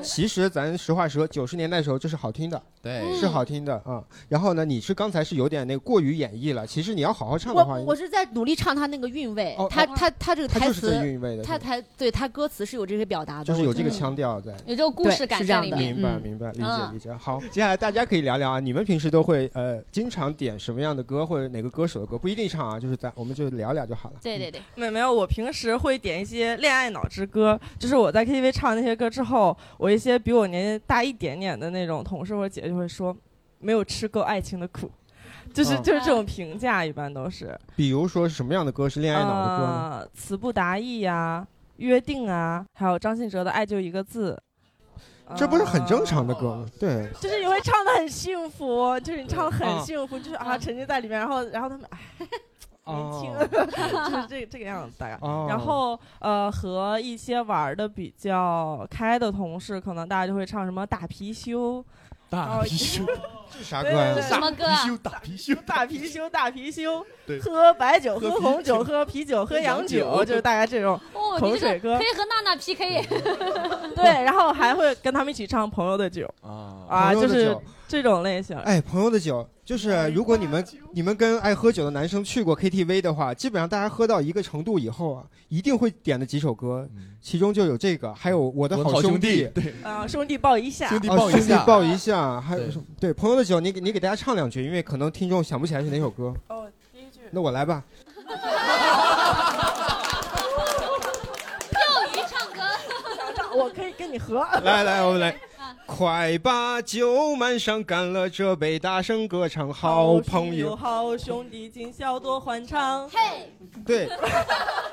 其实咱实话实说，九十年代时候这是好听的，
对
是好听的啊、然后呢，你是刚才是有点那个过于演绎了，其实你要好好唱的话，
我我是在努力唱他那个韵味
哦，
他他他这个
他
台
就是
词
这个韵味的，
他台对他歌词是有这些表达的，
就是有这个
我觉得
腔调在，
有这个故事感
对是
在
这
里
样的
面
明白
嗯
明白，理
嗯
解理解。好，接下来大家可以聊聊啊，你们平时都会呃经常点什么样的歌，或者哪个歌手的歌，不一定唱啊，就是咱我们就聊聊就
[laughs]
好了。
对对对，
嗯没没有，我平时会点一些恋爱脑之歌，就是我在 KTV 唱那些歌之后，我一些比我年纪大一点点的那种同事或者姐就会说，没有吃够爱情的苦， [laughs] 就是、
啊
就是这种评价，一般都是
比如说是什么样的歌是恋爱脑的歌
啊
呢？
呃，词不达意呀、约定啊，还有张信哲的爱就一个字，
这不是很正常
哦
的歌吗？对，
就是你会唱的很幸福，就是你唱的
啊
很幸福，就是啊沉浸在里面，然后然后他们哎。 [laughs]
哦
听 [laughs] 就是这个这个样子大概。
哦
然后呃，和一些玩的比较开的同事，可能大家就会唱什么打貔貅。哦
大
[laughs]
貔貅，
这啥
歌呀什么
歌啊
大貔貅，
大貔貅，大貔貅
对，
喝白酒，
喝
喝
啤
红
酒
酒，喝啤酒，喝洋
洋酒
就是大概这种
哦，
口
你
水
这
歌
个可。以和娜娜 PK。
对，
[laughs]
然后还会跟他们一起唱朋友的酒
啊
啊，
朋友
就
的
是
酒
这种类型。
哎，朋友的酒，
哎
就是如果你们你们跟爱喝酒的男生去过 KTV 的话，基本上大家喝到一个程度以后啊，一定会点的几首歌，其中就有这个，还有嗯我的
我的
好
好兄
兄
弟
对，
啊，兄弟抱一下，
啊兄弟
[laughs]
抱一下，还有什么？对，朋友的酒，你给你给大家唱两句，因为可能听众想不起来是哪首歌。
哦，第一句。
那我来吧。
[laughs]
钓鱼唱歌，
[laughs] 我可以跟你合。
来来，我
[laughs]
们来。
啊
快把酒满上，干了这杯，大声歌唱，好朋
有
友。
好兄弟，今宵多欢畅。
嘿，
对，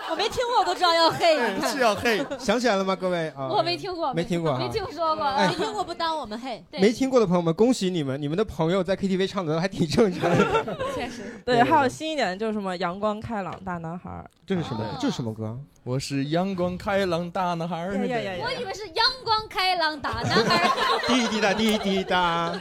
我没听过，我都知道要嘿，你看
[laughs] 是
[laughs]
要嘿，想起来了吗，各位啊？
我没听过
没听过啊没听
说过
哎
没听过不当我们嘿，
没听过的朋友们，恭喜你们！你们的朋友在 KTV 唱的还挺正常的。
确实。对，
对对对
还有新一点的就是什么阳光开朗大男孩。
这是什么？这是什么歌？
我是阳光开朗大男孩儿。
呀呀呀
[laughs] 我以为是阳光开朗大男孩。
滴滴答滴滴答。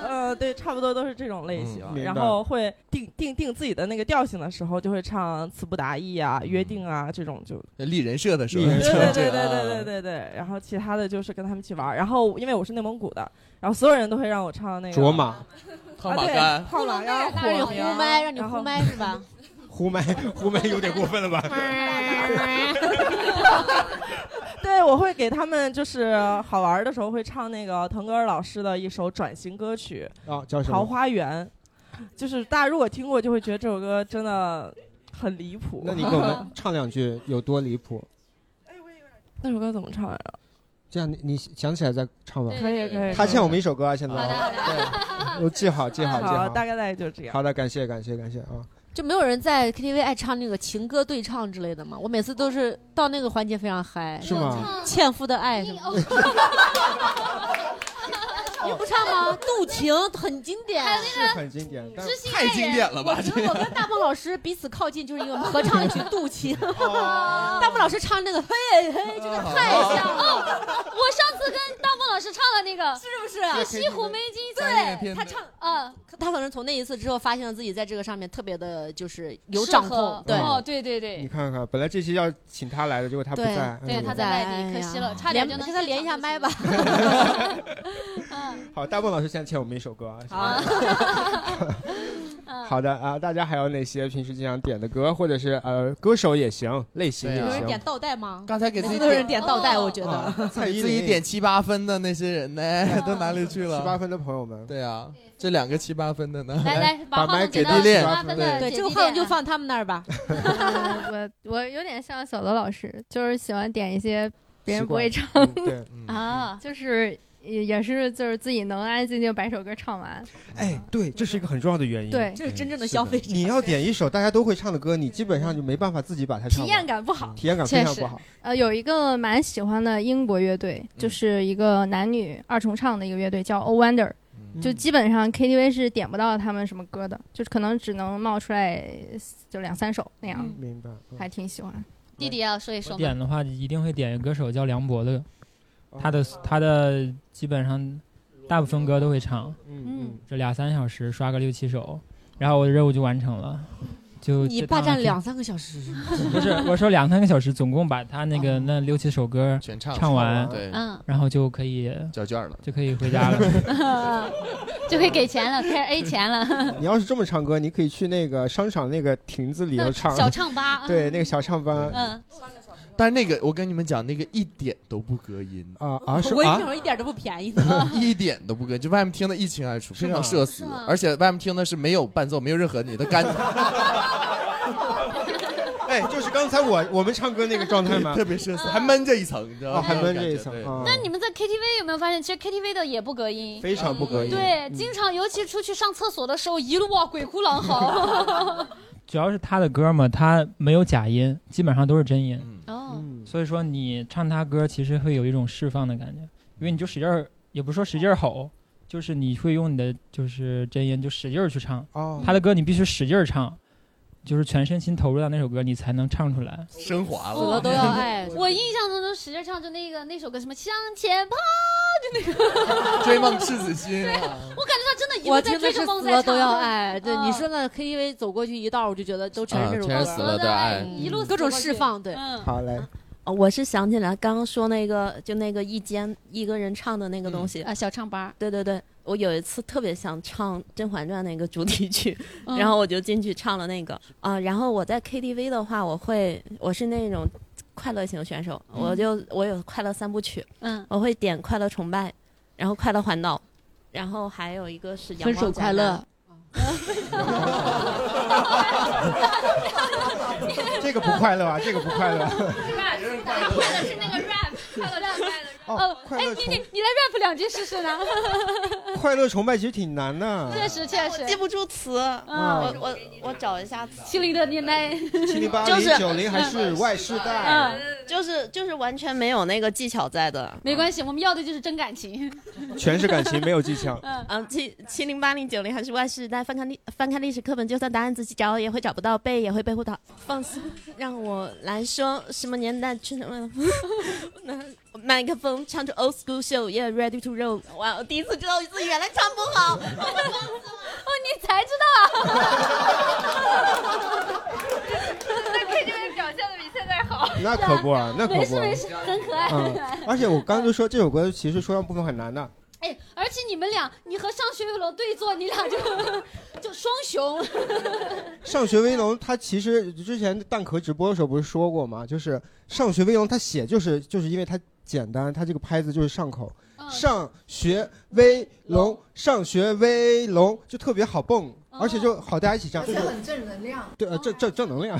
嗯、呃，对，差不多都是这种类型。
嗯明
然
白
后会定定定自己的那个调性的时候，就会唱词不达意啊、约定啊这种就。
立人设的时候，
对对对对
啊
对对对对。然后其他的就是跟他们去玩儿。然后因为我是内蒙古的，然后所有人都会让我唱那个
卓玛
套
套马杆
套马杆、
让你
火
呼
苗
麦，让你
然
呼
后
麦是吧？
呼麦，呼麦有点 [laughs] 过分
[laughs]
了吧？
嗯
[laughs] 对，我会给他们就是好玩儿的时候会唱那个腾格尔老师的一首转型歌曲
啊叫什么
桃花源》，就是大家如果听过就会觉得这首歌真的很离谱。
那你给我们唱两句有多离谱？
[laughs] 那首歌怎么唱来着？
这样你你想起来再唱吧。
可以可以。
他欠我们一首歌啊，现在。
好
对我记好记好
[laughs]
记
好，大概概就这样。
好的，感谢感谢感谢啊！
就没有人在 KTV 爱唱那个情歌对唱之类的吗？我每次都是到那个环节非常嗨，
是吗？
纤夫的爱什么的，
哦
[laughs] 你不唱吗？渡情很经典，还有
是很经典，但
知心爱人我觉得我跟大鹏老师彼此靠近，就是因为我们合唱了一曲《渡情》。
[laughs]
大鹏老师唱那个嘿嘿，真的太像了。
哦，我上次跟大梦老师唱了那个，是不
是啊
就西湖美景，
对
对，
他唱，嗯，他可能从那一次之后，发现了自己在这个上面特别的，就是有
适
掌控
合。
对，
哦，对对
你
对，
看看，本来这期要请他来的，结果他不
对
在。
对
嗯
哎呦
他在外地可惜了差点就能
跟他嗯连一下麦吧。
[laughs]
好，大鹏老师现在欠我们一首歌啊。
好，
[laughs]
嗯
好的啊，大家还有哪些平时经常点的歌，或者是呃歌手也行，类型也
有人点
行。
倒带吗？
刚才给自己
每次 [laughs] 都有人点倒带，我觉得。
啊 [laughs]
蔡依
自己
林
点七八分的那些人呢，都哪里去了？
七八分的朋友们，
对啊，这两个七八分的呢？
来来把话
把
筒
麦
给
给
到
地
七
练
八分的
对
对，
姐
这个
弟
话
恋
筒就放他们那儿
[laughs]
吧。
我 [laughs] 我有点像小德老师，就是喜欢点一些别人
习
不
惯
会唱 [laughs]
嗯对
啊，就是也也是就是自己能安安静静把一首歌唱完，
[laughs] 哎，对，这是一个很重要的原因。
对，这是真正的消费者，
你要点一首大家都会唱的歌，你基本上就没办法自己把它
体
唱
验
完。嗯
感不好，
体验感非常不好嗯
确实。呃，有一个蛮喜欢的英国乐队，就是一个男女二重唱的一个乐队，叫 O Wonder。就
嗯
基本上 KTV 是点不到他们什么歌的，就是可能只能冒出来就两三首那样，
明白。嗯
还挺喜欢。
弟弟要说一说吗
点的话，一定会点一个歌手叫梁博的，
哦
他的他的基本上大部分歌都会唱，
嗯，
这俩三小时刷个六七首，然后我的任务就完成了。就
你
就
霸
当
占
了
两三个小时，
[laughs]
不是，
[laughs]
我说两三个小时，总共把他那个那六七首歌
全唱
唱完，
唱完对
嗯
然后就可以
交卷了，
就可以回家了。
[laughs]
就可以给
[laughs]
钱了，开始 A 钱了。
嗯
你要是这么唱歌，你可以去那个商场那个亭子里头唱。
小唱吧嗯
对，那个小唱吧。
嗯，
但是那个我跟你们讲，那个一点都不隔音。
啊啊
我一会儿一点都不便
[laughs]
宜呢
[laughs] 一点都不跟，就外面听的一清二楚，非常社死
是吗，
而且外面听的是没有伴奏，没有任何你的干。
[laughs] 哎，就是刚才我我们唱歌那个状态吗？
特别社死，还闷这一层，你知道吗？
哦还闷这一层
对
啊
那你们在 KTV 有没有发现，其实 KTV 的也不隔音，
非常不隔音
对，
嗯
经常尤其出去上厕所的时候，一路哇鬼哭狼嚎。
主要是他的歌嘛，他没有假音，基本上都是真音，
嗯
[laughs] 哦，
所以说你唱他歌其实会有一种释放的感觉，因为你就使劲
[laughs]
儿，也不是说使劲儿吼，就是你会用你的就是真音就使劲儿去唱。
哦
他的歌你必须使劲儿唱，就是全身心投入到那首歌，你才能唱出来。
升华
了死了都
要
[laughs]
爱。我印象当中使劲唱就那个那首歌什么向前跑，就那个。
追梦赤子心啊，
[laughs]
我感觉他真的一
我
路在
听
追
的是
着梦
死
在
了
唱。啊
都要爱，对
嗯
你说那 KTV 走过去一道，我就觉得都全是这首
啊全
歌，
是死
哦
了都要爱
一路各种释放，对，
嗯
好嘞，
哦，我是想起来刚刚说那个，就那个一间一个人唱的那个东西、
啊，小唱吧。
对对对，我有一次特别想唱《甄嬛传》那个主题曲，
[laughs] 嗯
然后我就进去唱了那个啊、然后我在 KTV 的话，我会我是那种快乐型选手，
嗯
我就我有快乐三部曲，
嗯，
我会点《快乐崇拜》，然后《快乐环岛》，然后还有一个是《阳
分
光
手
宅
快
男
[laughs] 乐。
啊
这个不快乐啊，这个不快乐。 [laughs]
rap，快乐是那个 rap，快乐崇拜的 rap。哦，哎，你你你来 rap 两句试试呢？
快乐崇拜其实挺难的。
实确实，
哎记不住词。
啊
我我我找一下词。
七零的年代，嗯
七零八
就
零
是
九零还是外世代？
呃就是就是完全没有那个技巧在的，
没关系，我们要的就是真感情。
全是感情，没有
[laughs]
技巧。
嗯，七七零八零九零还是外世代，翻看历翻看历史课本，就算答案自己找也会找不到，背也会背不到。放心，让我来说，什么年代去什么，那麦克风唱着 old school show yeah ready to roll。哇，我第一次知道自己原来唱不
[laughs]
好，
哦，你才知道啊！
在 KTV 表现的比现在好。
[laughs] 那可不啊，那可不啊。
没事没事很可爱很可爱
嗯，而且我刚才就说这首歌其实说唱部分很难的，
哎，而且你们俩，你和上学有楼对坐，你俩就 [laughs] 就双雄。
上学威龙，他其实之前蛋壳直播的时候不是说过吗？就是上学威龙，他写就是就是因为他简单，他这个拍子就是上口。
嗯
上学威龙，上学威龙就特别好蹦，
哦
而且就好大家一起唱。
正能量。
对，呃，正正正能量。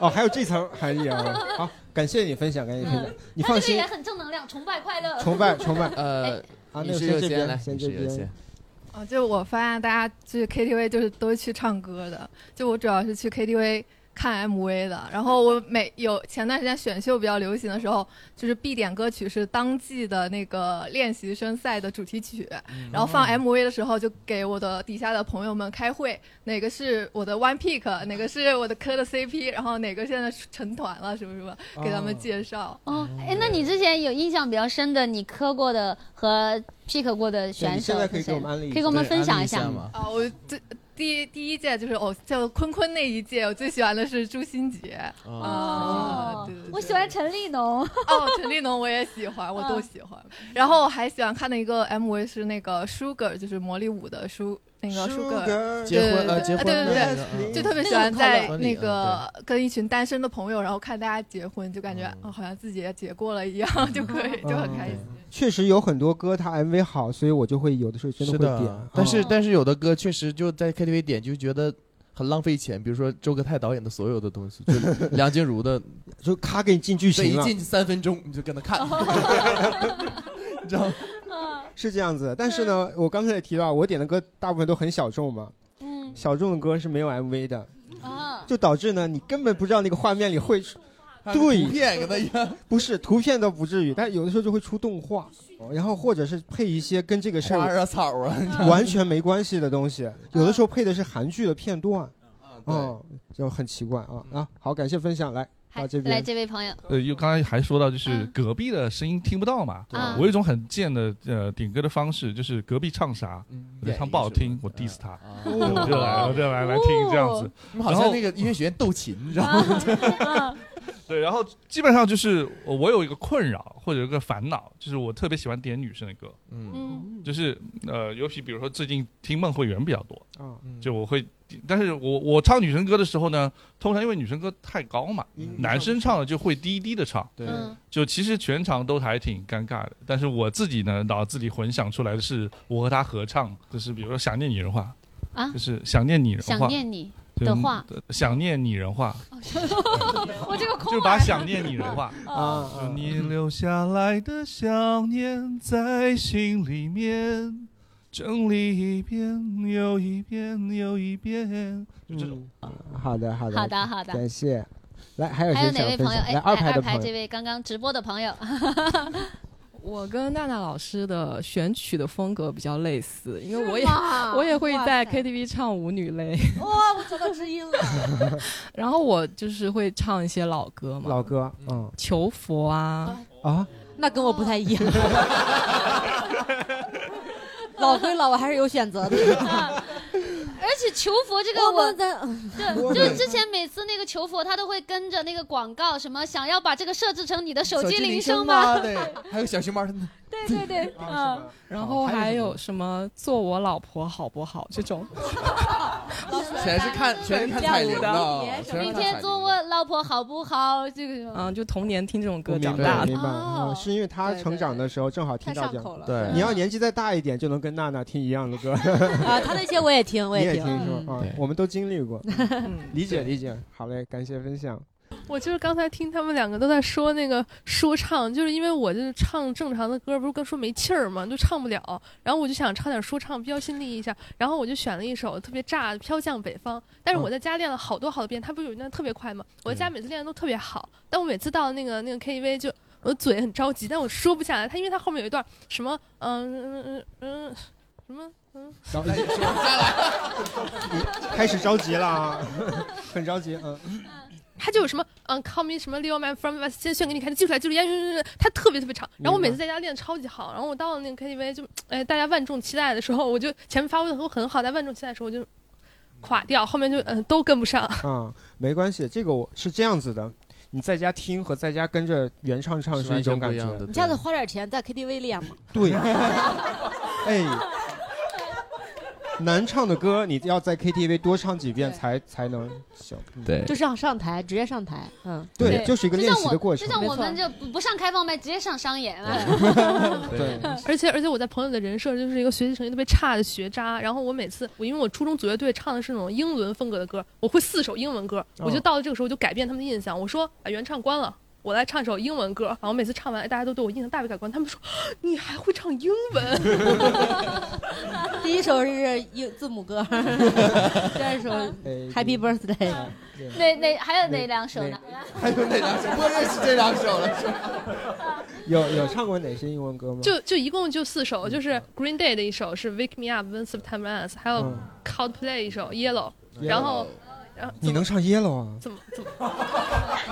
哦，还有这层含义啊！好，感谢你分享，感谢你分享。
嗯
你
他
放
这个
心
也，很正能量，崇拜快乐。
崇拜崇拜。 [laughs]
呃，
啊，
女
那
士
先
优
这
先来
边，，先
女
这
士优
边。
先。
哦，就我发现大家去 KTV 就是都去唱歌的，就我主要是去 KTV 看 MV 的。然后我每有前段时间选秀比较流行的时候，就是必点歌曲是当季的那个练习生赛的主题曲，然后放 MV 的时候就给我的底下的朋友们开会，哪个是我的 One Pick，哪个是我的磕的 CP，然后哪个现在成团了什么什么，给他们介绍。
哦，哎，那你之前有印象比较深的，你磕过的和 pick 过的选手
现在可以
是谁
给我们安利一下
可以给我们分享一
对安利一下
吗
吗？
啊，我这第第一届就是哦，叫坤坤那一届，我最喜欢的是朱新杰
哦
哦
哦
啊，对对
我喜欢陈立农。
哦，陈立农我也喜欢，我
嗯
都喜欢。然后我还喜欢看的一个 MV 是那个 Sugar，就是魔力五的 Su 那个
Sugar
Sugar，
结
对对对
婚呃结婚
对对
那个
对，
嗯
就特别喜
那
欢
个嗯
在
好的
那个跟一群单身的朋友，然后看大家结婚，就感
嗯
觉哦好像自己也结过了一样， [laughs] 就可以就很开心。
确实有很多歌，它 MV 好，所以我就会有的时候真
是
的会点啊嗯
的。，但是但是有的歌确实就在 KTV 点就觉得很浪费钱，比如说周格泰导演的所有的东西，就梁静茹的，
[laughs] 就咔给你进剧情
啊
一
了
进去三分钟你就跟他看，你知道吗？
[laughs] 是这样子。但是呢，我刚才也提到，我点的歌大部分都很小众嘛，
嗯，
小众的歌是没有 MV 的，
啊，
就导致呢你根本不知道那个画面里会出。
看个
对，
图片跟他一样，
[laughs] 不是图片倒不至于，但有的时候就会出动画，哦然后或者是配一些跟这个
[laughs]
事
花
儿
啊草啊，
完全没关系的东西，有的时候配的是韩剧的片段，
啊对
嗯，就很奇怪啊啊！好，感谢分享，来到这边，
来，这位朋友，
呃，又刚才还说到，就是隔壁的声音听不到嘛。
嗯
我有一种很贱的呃顶歌的方式，就是隔壁唱啥，
嗯
我就唱不好听，我 diss 他，
哦
对我就来，我就来来听这样子。
你们好
然后
像嗯哦那个音乐学院斗琴，你知道
啊
吗？
嗯
[laughs] 对，然后基本上就是呃我有一个困扰或者有一个烦恼，就是我特别喜欢点女生的歌，
嗯
就是呃，尤其比如说最近听梦会员比较多，
啊，
就我会，但是我我唱女生歌的时候呢，通常因为女生歌太高嘛，男生唱的就会低低的唱，
对嗯
就其实全场都还挺尴尬的，但是我自己呢，脑子里混想出来的是我和他合唱，就是比如说想念拟人化，
啊
就是想念拟人化，
想念你
就
的话，
呃想念拟人化，
哦 [laughs]
我这个空
就把想念拟人化
啊，
就你留下来的想念在心里面，整理一遍又一遍又一
嗯
遍，就这种。
好的好的
好的好的
感谢，来还有
还有哪
谁想
位
分
朋友？
享？
哎，
来
来
排
二
的
排
朋
这
友，
位刚刚直播的朋友， [laughs]
我跟娜娜老师的选曲的风格比较类似，因为我也
是吗
[laughs] 我也会在
哇塞
KTV 唱舞女类，
哇，我找到知音了。
[laughs] 然后我就是会唱一些老歌嘛，
老哥，嗯
求佛啊
啊，
那跟我不太一样。
哦
老归老，我还是有选择的。
而且求佛这个
我
我
们的
[laughs]
对，就是之前每次那个求佛，他都会跟着那个广告，什么想要把这个设置成你的手
手
机
机
铃
铃
声
吗？
吗？
对，还有小熊猫他们
对 [laughs] 对对，
啊
嗯，
然后哦还
哦
有什么做我老婆好不好这种，
全是看全是看彩铃的，全
明
是看彩
天
铃。
做我老婆好不好？这个什么
嗯，就童年听这种
我
歌
明
长
白
大
明
的。
白，
哦
嗯是因为他成长的时候正好听到
太
这
上口
样，
了
你要年纪再大一点，就能跟娜娜听一样的歌。 [laughs]
啊，他那些我也听，我
你也
听。
是吧？啊我们都经历过，理解理解。好嘞，感谢分享。
我就是刚才听他们两个都在说那个说唱，就是因为我就是唱正常的歌，不是跟说没气儿嘛，就唱不了。然后我就想唱点说唱，标新立异一下。然后我就选了一首特别炸的《飘降北方》，但是我在家练了好多好多遍，它不是有一段特别快吗？我在家每次练的都特别好，但我每次到那个那个 KTV 就我嘴很着急，但我说不下来。它因为它后面有一段什么嗯嗯嗯嗯什么嗯，
然后你说 [laughs] 不下来，开始着急了啊，很着急。嗯，
他就有什么嗯，come in 什么 Leo man from West，先炫给你看，记出来，记住，他特别特别长。然后我每次在家练超级好，然后我到了那个 KTV 就哎，大家万众期待的时候，我就前面发挥的都很好，在万众期待的时候我就垮掉，后面就嗯、都跟不上。
啊，没关系，这个我是这样子的，你在家听和在家跟着原唱唱是一种感觉。
嗯你下次花点钱在 KTV 练嘛。
对， [laughs] 哎，难唱的歌你要在 KTV 多唱几遍才才能行。嗯
对
就是要上台，直接上台，嗯，
对就是一个
就
练
像
习
我
的过程
就像
没
我
错
们就不不上开放麦，直接上商演啊了。
对，
[laughs] 而且而且我在朋友的人设就是一个学习成绩特别差的学渣，然后我每次我因为我初中组乐队唱的是那种英伦风格的歌，我会四首英文歌，我就到了这个时候我就改变他们的印象，我说把原唱关了。我来唱一首英文歌，然后每次唱完，大家都对我印象大为改观。他们说你还会唱英文，
[laughs]
[laughs]
第一首是英字母
[laughs]
歌，第二首 [laughs]
哎
Happy Birthday，
[laughs]
[laughs]
那那还有哪两首呢？
还有
[laughs]
哪两首？我认识这两首了。有有唱过哪些英文歌吗？
就就一共就四首，就是 Green Day 的一首是 Wake Me Up When September Ends，还有 Coldplay 一首 Yellow，然后然后
你能唱 Yellow 啊
怎么怎么？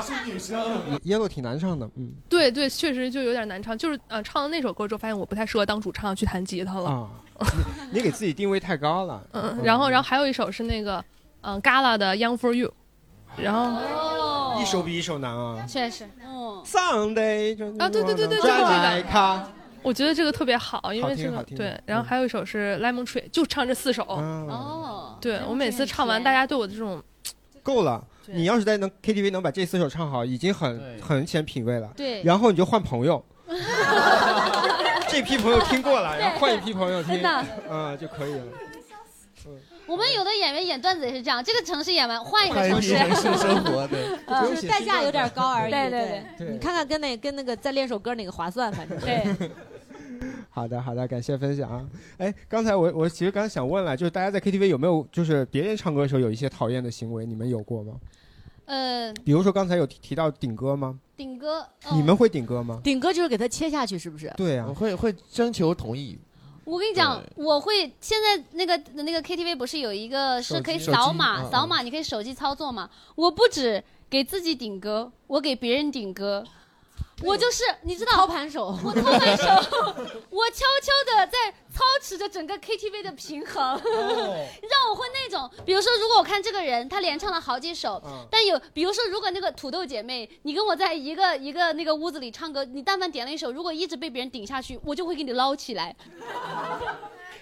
是女生。
？Yellow 挺难唱的，嗯
对对，确实就有点难唱，就是呃，唱了那首歌之后，发现我不太适合当主唱，去弹吉他了。
啊，你你给自己定位太高了。
哦嗯，然后然后还有一首是那个嗯、呃、Gala 的 Young for You，然后
一首比一首难啊。
确实，嗯，
Sunday
啊对对对对对
再
对
来看。
我觉得这个特别好，因
好
为
听
这
好
个
听嗯
对，然后还有一首是 Lemon Tree，就唱这四首。
哦，
对我每次唱完，大家对我的这种
够了。你要是在能 KTV 能把这四首唱好，已经很很显品味了。
对
然后你就换朋友， [laughs] 这批朋友听过了，然后换一批朋友听，
真的
嗯，就可以了。嗯
我们有的演员演段子也是这样，这个城市演完换一
换
个
一
城
批
市，
城市嗯生活对
呃就是代价有点高而已。
对对
对
[laughs] 对
你看看跟哪跟那个再练首歌哪个划算，反正
对。
[laughs]
好的，好的，感谢分享啊！哎，刚才我我其实刚想问了，就是大家在 KTV 有没有就是别人唱歌的时候有一些讨厌的行为，你们有过吗？
呃，
比如说刚才有提提到顶歌吗？
顶哥，
你们会顶歌吗？
顶歌就是给他切下去，是不是？
对啊，
我会会征求同意。
我跟你讲，我会现在那个那个 KTV 不是有一个
手
是
机
可以
手
扫
机
码，
嗯
扫码你可以手机操作嘛。我不止给自己顶歌，我给别人顶歌，我就是你知道操
盘手，
我操盘
[laughs]
手，我悄悄的在操持着整个 KTV 的平衡，
哦
[laughs] 让我会那种，比如说如果我看这个人他连唱了好几首，
嗯
但有比如说如果那个土豆姐妹，你跟我在一个一个那个屋子里唱歌，你但凡点了一首，如果一直被别人顶下去，我就会给你捞起来。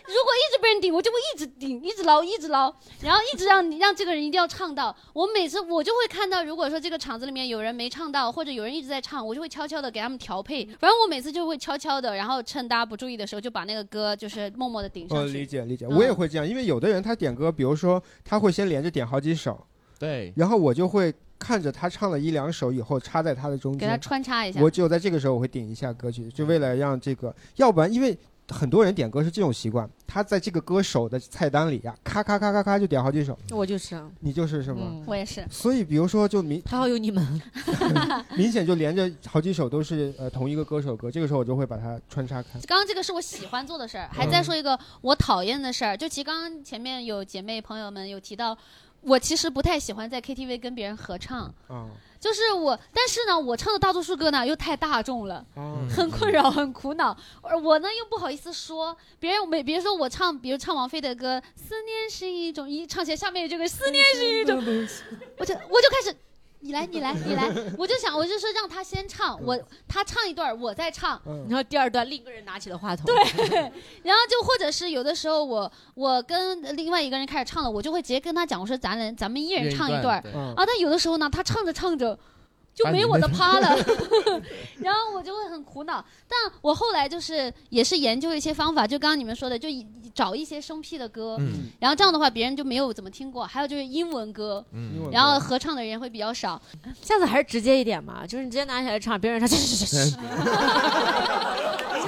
如果一直被人顶，我就会一直顶，一直捞，一直捞，然后一直让你让这个人一定要唱到。我每次我就会看到，如果说这个场子里面有人没唱到，或者有人一直在唱，我就会悄悄的给他们调配。反正我每次就会悄悄的，然后趁大家不注意的时候，就把那个歌就是默默的顶
呃，
上去。
理解理解，
嗯
我也会这样，因为有的人他点歌，比如说他会先连着点好几首，
对，
然后我就会看着他唱了一两首以后，插在他的中
给
间，
他穿插一下
我只有在这个时候我会顶一下歌曲，就为了让这个，要不然因为很多人点歌是这种习惯，他在这个歌手的菜单里呀、啊咔咔咔咔咔就点好几首，
我就是，
你就是是吗？
我也是。
所以，比如说，就明
嗯还好有你们，
[laughs] 明显就连着好几首都是呃同一个歌手歌，这个时候我就会把它穿插开。
刚刚这个是我喜欢做的事儿，还再说
嗯
一个我讨厌的事儿。就其实刚刚前面有姐妹朋友们有提到，我其实不太喜欢在 KTV 跟别人合唱。
啊，
就是我，但是呢，我唱的大多数歌呢又太大众了，
嗯
很困扰，很苦恼。而我呢又不好意思说，别人每别人说我唱，比如唱王菲的歌，《思念是一种》，一唱起来下面有这个“思念是一种”，我就我就开始，你来你来你来，我就想我就说让他先唱，我他唱一段儿，我再唱，
然后第二段另一个人拿起了话筒，
对， [laughs] 然后就或者是有的时候我我跟另外一个人开始唱了，我就会直接跟他讲，我说咱人咱们一人唱一段儿
一人一段对
啊。但有的时候呢，他唱着唱着。就
把你
没
哎
我的
那
趴
[laughs]
[laughs]
了， [laughs] 然后我就会很苦恼。但我后来就是也是研究一些方法，就刚刚你们说的，就以找一些生僻的歌，
嗯
然后这样的话别人就没有怎么听过。还有就是英文歌，
嗯
然后合唱的人会比较少。
下次还是直接一点嘛，就是你直接拿起来唱，别人
[laughs]
唱，去 [laughs] 去去去，直接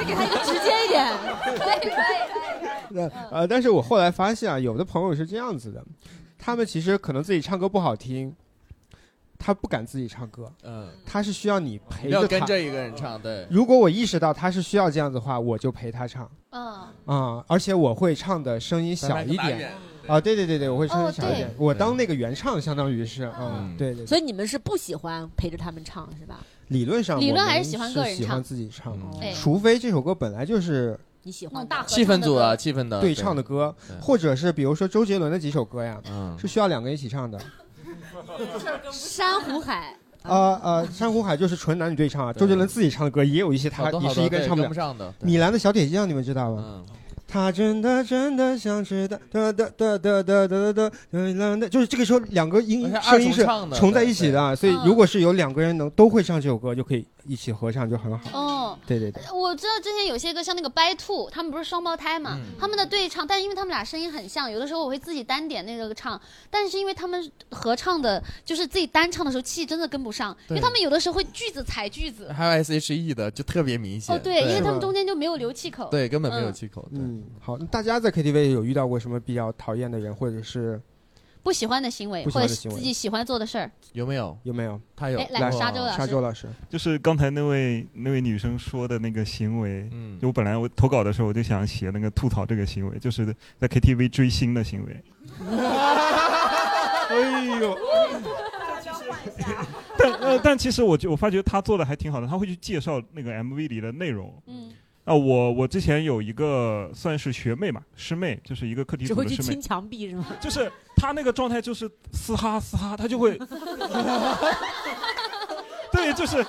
给他一个直接一点，
可以可以。
那 [laughs]
嗯
呃，但是我后来发现啊，有的朋友是这样子的，他们其实可能自己唱歌不好听，他不敢自己唱歌，
嗯，
他是需要你陪
要
着
跟
他。
着一个人唱，对，
如果我意识到他是需要这样子的话，我就陪他唱
嗯
啊、而且我会唱的声音小
咱
一
俩嗯
点
远，
啊，对对对对，我会
哦
穿小一点
对，嗯
我当那个原唱，相当于是
嗯
啊，对对，对
所以你们是不喜欢陪着他们唱是吧？
理论上
理论
我们
还是喜欢个人
喜
唱
欢自己唱
嗯
哎，
除非这首歌本来就是
你喜欢大合
气氛组啊，气氛的
对唱的歌，或者是比如说周杰伦的几首歌呀，
嗯
是需要两个一起唱的。
珊瑚海，
嗯
呃呃，珊瑚海就是纯男女对唱啊，周杰伦自己唱的歌也有一些他
好多
你
好
是
多
一个
对嗯
人唱不
跟不
了
上的。
米兰的小铁匠你们知道吗？
嗯
他真的真的想知道，哒哒哒哒哒哒哒哒哒，就是这个时候两个音
而且
声
二
音
重
是
唱的
重在
对
一起的啊，所以
嗯
如果是有两个人能都会唱这首歌，就可以一起合唱，就很好。
哦，
对对对，
我知道之前有些歌，像那个 By Two，他们不是双胞胎嘛，
嗯
他们的对唱，但因为他们俩声音很像，有的时候我会自己单点那个唱，但是因为他们合唱的，就是自己单唱的时候气真的跟不上，因
对
为他们有的时候会句子踩句子。
还有 S H E 的就特别明显。
哦，对，因为他们中
间
间就没有留气口，
对根本没有
嗯
气口。
嗯，好，那大家在 KTV 有遇到过什么比较讨厌的人，或者是
不喜欢的行为
不
或
喜欢
者
的
是
行为
自己喜欢做的事儿。
有没有？
有没有？
他有
哎来沙洲老师沙洲
老师，
就是刚才那位那位女生说的那个行为，
嗯，
就我本来我投稿的时候我就想写那个吐槽这个行为，就是在 KTV 追星的行为，
哎呦，
但呃但其实我就我发觉他做的还挺好的，他会去介绍那个 MV 里的内容，
嗯。
啊，我我之前有一个算是学妹嘛，师妹，就是一个课题组
只会
的
去
师妹
亲，墙壁是吗？
就是她那个状态就是
嗯
嘶哈嘶哈，她就会， [laughs] 对，就是，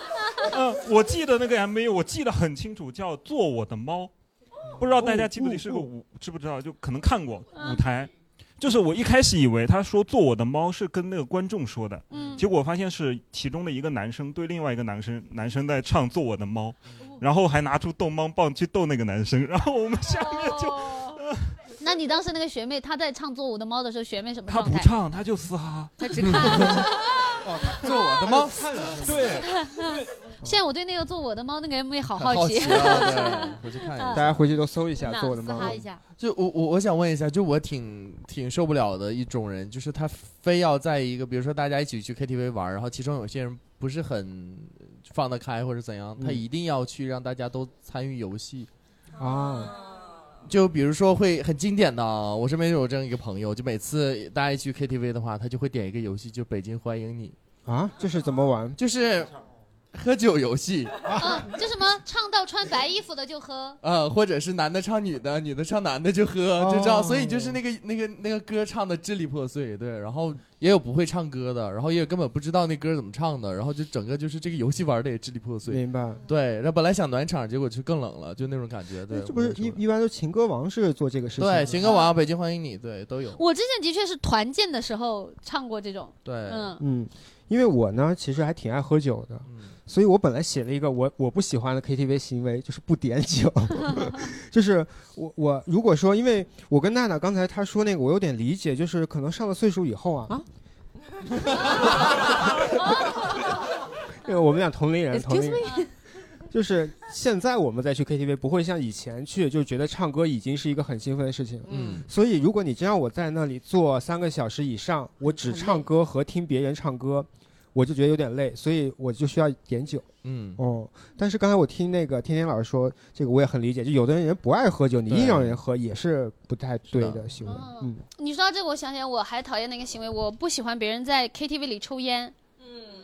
呃，我记得那个 MV 我记得很清楚，叫《做我的猫》，不知道大家记不记是个舞，知不知道？就可能看过舞台，就是我一开始以为他说“做我的猫”是跟那个观众说的，
嗯
结果发现是其中的一个男生对另外一个男生，男生在唱“做我的猫”，然后还拿出逗猫棒去逗那个男生，然后我们下面就。
哦 [laughs] 那你当时那个学妹，她在唱《做我的猫》的时候，学妹什么
他
状
不
态？
唱，他就嘶哈。
她只看。
做我的
[laughs]
猫，
对，
现在我对那个《做我的猫》那个 MV 好
好
奇。 [laughs]
啊，对，回去看一下。
大家回去都搜一下
那
做我的
撕
猫
哈一下。
就我我我想问一下，就我挺挺受不了的一种人，就是他非要在一个，比如说大家一起去 KTV 玩，然后其中有些人不是很放得开或者怎样，
嗯
他一定要去让大家都参与游戏。
啊，
就比如说会很经典的啊，我身边就有这样一个朋友，就每次大家一去 KTV 的话，他就会点一个游戏，就《北京欢迎你
啊，这是怎么玩？》，
就是喝酒游戏，
嗯，就什么唱到穿白衣服的就喝。
呃，或者是男的唱女的，女的唱男的就喝，就这样，所以就是那个那个那个歌唱的支离破碎，对，然后也有不会唱歌的，然后也有根本不知道那歌怎么唱的，然后就整个就是这个游戏玩的也支离破碎，
明白？
对，然后本来想暖场，结果就更冷了，就那种感觉，对，
这不是一一般都情歌王是做这个事情？
对，情歌王、北京欢迎你，对，都有，
我之前的确是团建的时候唱过这种。
对
嗯，
嗯，因为我呢，其实还挺爱喝酒的，
嗯
所以我本来写了一个我我不喜欢的 KTV 行为，就是不点酒。就是我我如果说，因为我跟娜娜刚才她说那个，我有点理解，就是可能上了岁数以后啊， [laughs] 因为我们俩同龄人，同
Excuse
龄人。就是现在我们再去 KTV 不会像以前去就觉得唱歌已经是一个很兴奋的事情了。
嗯，
所以如果你真让我在那里坐三个小时以上，我只唱歌和听别人唱歌，我就觉得有点累，所以我就需要点酒。
嗯，
哦，但是刚才我听那个天天老师说，这个我也很理解，就有的人不爱喝酒，你硬让人喝也是不太对的行为。嗯，
你说到这个，我想起来，我还讨厌那个行为，我不喜欢别人在 KTV 里抽烟。嗯。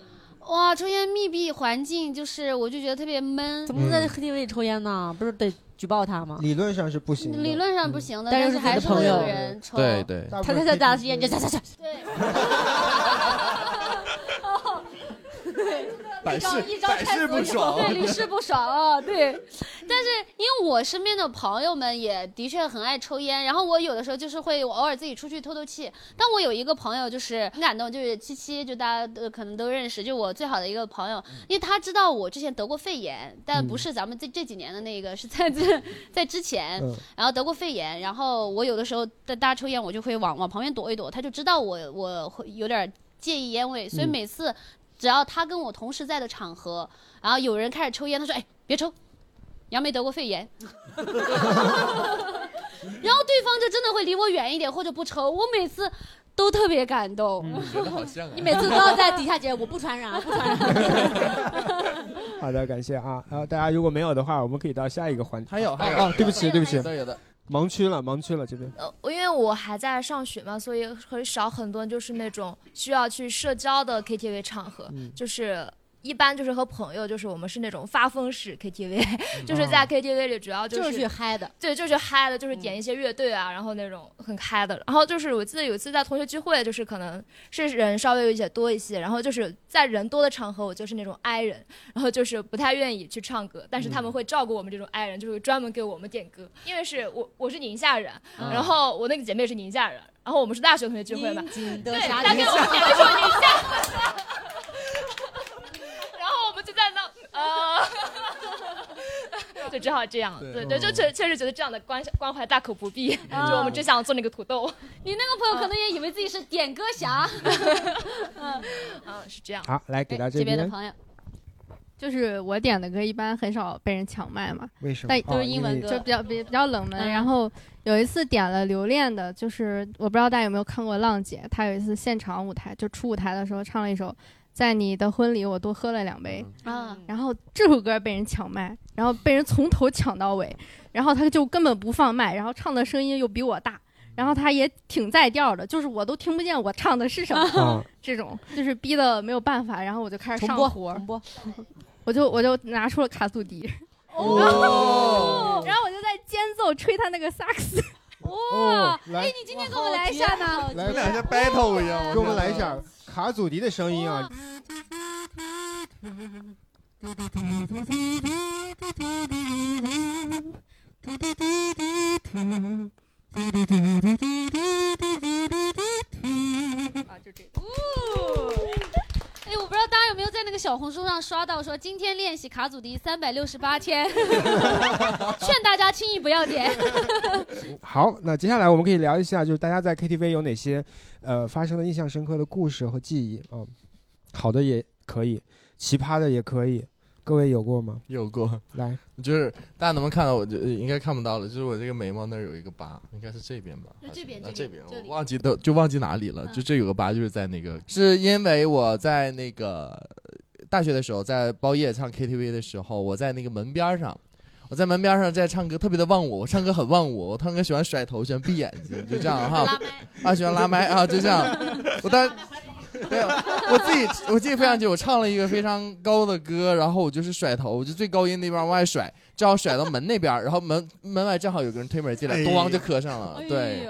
哇，抽烟密闭环境，就是我就觉得特别闷。
怎么能
嗯
在 KTV 里抽烟呢？不是得举报他
啊
吗？
理论上是不行的。
嗯理论上不行的，
但
但
是
是
自己的
还是
朋
会有
友
人抽。
对对，
他他他打烟就擦擦擦。
一
百
招
事
一招
百
拆
事
所有
不爽，
对屡
[laughs]
试不爽啊，
[laughs]
对。但是因为我身边的朋友们也的确很爱抽烟，然后我有的时候就是会我偶尔自己出去透透气。但我有一个朋友就是很感动，就是七七，就大家都可能都认识，就我最好的一个朋友，
嗯
因为他知道我之前得过肺炎，但不是咱们这这几年的那个，是在这在之前
嗯，
然后得过肺炎，然后我有的时候在大家抽烟，我就会往往旁边躲一躲，他就知道我我会有点介意烟味，所以
嗯
每次只要他跟我同时在的场合，然后有人开始抽烟，他说：“哎，别抽，杨梅得过肺炎。” [laughs] 然后对方就真的会离我远一点或者不抽，我每次都特别感动。
嗯
[laughs]
啊
[laughs]
你每次都要在底下解释，我不传染，我不传染。
呃好的，感谢啊。然后大家如果没有的话，我们可以到下一个环节。
还有还有
哦，对不起，对不起，
有的有的。
盲区了，盲区了这边。
呃，因为我还在上学嘛，所以会少很多就是那种需要去社交的 KTV 场合，
嗯
就是一般就是和朋友，就是我们是那种发疯式 KTV，就是 [laughs] 在 KTV 里主要
就是是去嗨的，嗯
对，就是嗨的，就是点一些乐队啊，然后那种很嗨的。然后就是我记得有一次在同学聚会，就是可能是人稍微有一些多一些，然后就是在人多的场合，我就是那种 I 人，然后就是不太愿意去唱歌，但是他们会照顾我们这种 I 人，就是会专门给我们点歌，因为是我我是宁夏人，
嗯
然后我那个姐妹也是宁夏人，然后我们是大学同学聚会嘛，
的
对，
啥
她给
宁
我们
[laughs]
夏
点了一首宁夏。然后我们就在那，呃， [laughs] 就只好这样，
对
对
嗯
对，就确确实觉得这样的关关怀大可不必，
嗯
就我们只想做那个土豆，
你那个朋友可能也以为自己是点歌侠，嗯
[laughs] 嗯，是这样。
好，来给到
这边
边。
友，
就是我点的歌一般很少被人抢麦嘛，
为什么
但
哦就是英文歌
就比较比比较冷门。
嗯
然后有一次点了《留恋》的，就是我不知道大家有没有看过浪姐，她有一次现场舞台就初舞台的时候唱了一首《在你的婚礼我多喝了两杯》
嗯
啊，
然后这首歌被人抢麦，然后被人从头抢到尾，然后他就根本不放麦，然后唱的声音又比我
嗯
大。然后他也挺在调的，就是我都听不见我唱的是什么
啊，
这种就是逼的没有办法，然后我就开始
重
上
播
活， [laughs] 我就我就拿出了卡
[laughs]
祖笛，
哦
然后我就在间奏吹他那个萨克斯，
哦，来
哎，你今天给我们来一下呢？
来，
俩像 battle 一样
给我们来一下卡祖笛的声音啊！
啊，就这个。
[laughs] 哎，我不知道大家有没有在那个小红书上刷到说今天练习卡祖笛三百六十八
[laughs]
天，劝大家轻易不要点。
[laughs] 好，那接下来我们可以聊一下，就是大家在 KTV 有哪些呃发生了印象深刻的故事和记忆啊、好的也可以，奇葩的也可以，各位有过吗？
有过，
来，
就是大家能不能看到我这？应该看不到了，就是我这个眉毛那儿有一个疤，应该是这边吧？
就这边
啊，这边
这里嗯
我忘记都就忘记哪里了，就这有个疤，就是在那个，是因为我在那个呃大学的时候，在包夜唱 KTV 的时候，我在那个门边儿上。我在门边儿上在唱歌，特别的忘我。我唱歌很忘我，我唱歌喜欢甩头，喜欢闭眼睛，就这样哈。啊，喜欢拉麦啊，就这样。 [laughs] 我当对，我自己我自己非常记，我唱了一个非常高的歌，然后我就是甩头，我就最高音那边往外甩，正好甩到门那边儿，然后门门外正好有个人推门进来，
哎
咣、就磕上了。啊对，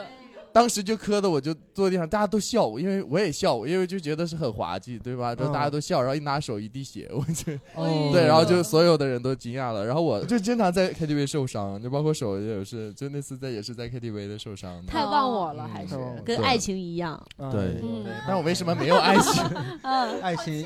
当时就磕的我就坐地上，大家都笑我，因为我也笑我，因为就觉得是很滑稽，对吧？就大家都笑，然后一拿手一滴血，我
[laughs]
就、
哎
哦
对，然后就所有的人都惊讶了，然后我就经常在 KTV 受伤，就包括手也是，就那次在也是在 KTV 的受伤的。
太忘我了，还是
嗯
跟
对
爱情一样。
对
嗯，
但我为什么没有爱情？
[laughs]
嗯
爱情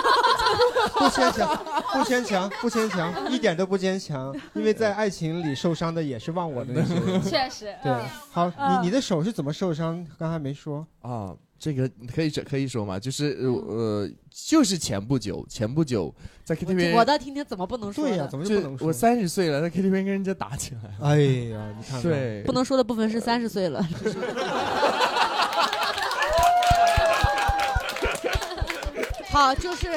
[laughs] 不牵强，不牵强，不牵强，一点都不坚强，因为在爱情里受伤的也是忘我的那些 [laughs] 人。
确实
对
嗯，
好，
嗯
你你的手是怎么受伤？刚才没说。
啊，这个可以可以说吗？就是呃
嗯
呃，就是前不久，前不久在 KTV，
我倒听听怎么不能说的。
对呀、我三十岁了，在 KTV 跟人家打起来
[laughs]
了。
哎呀，你看看
对，
不能说的部分是三十岁 [laughs] 了。好，就是。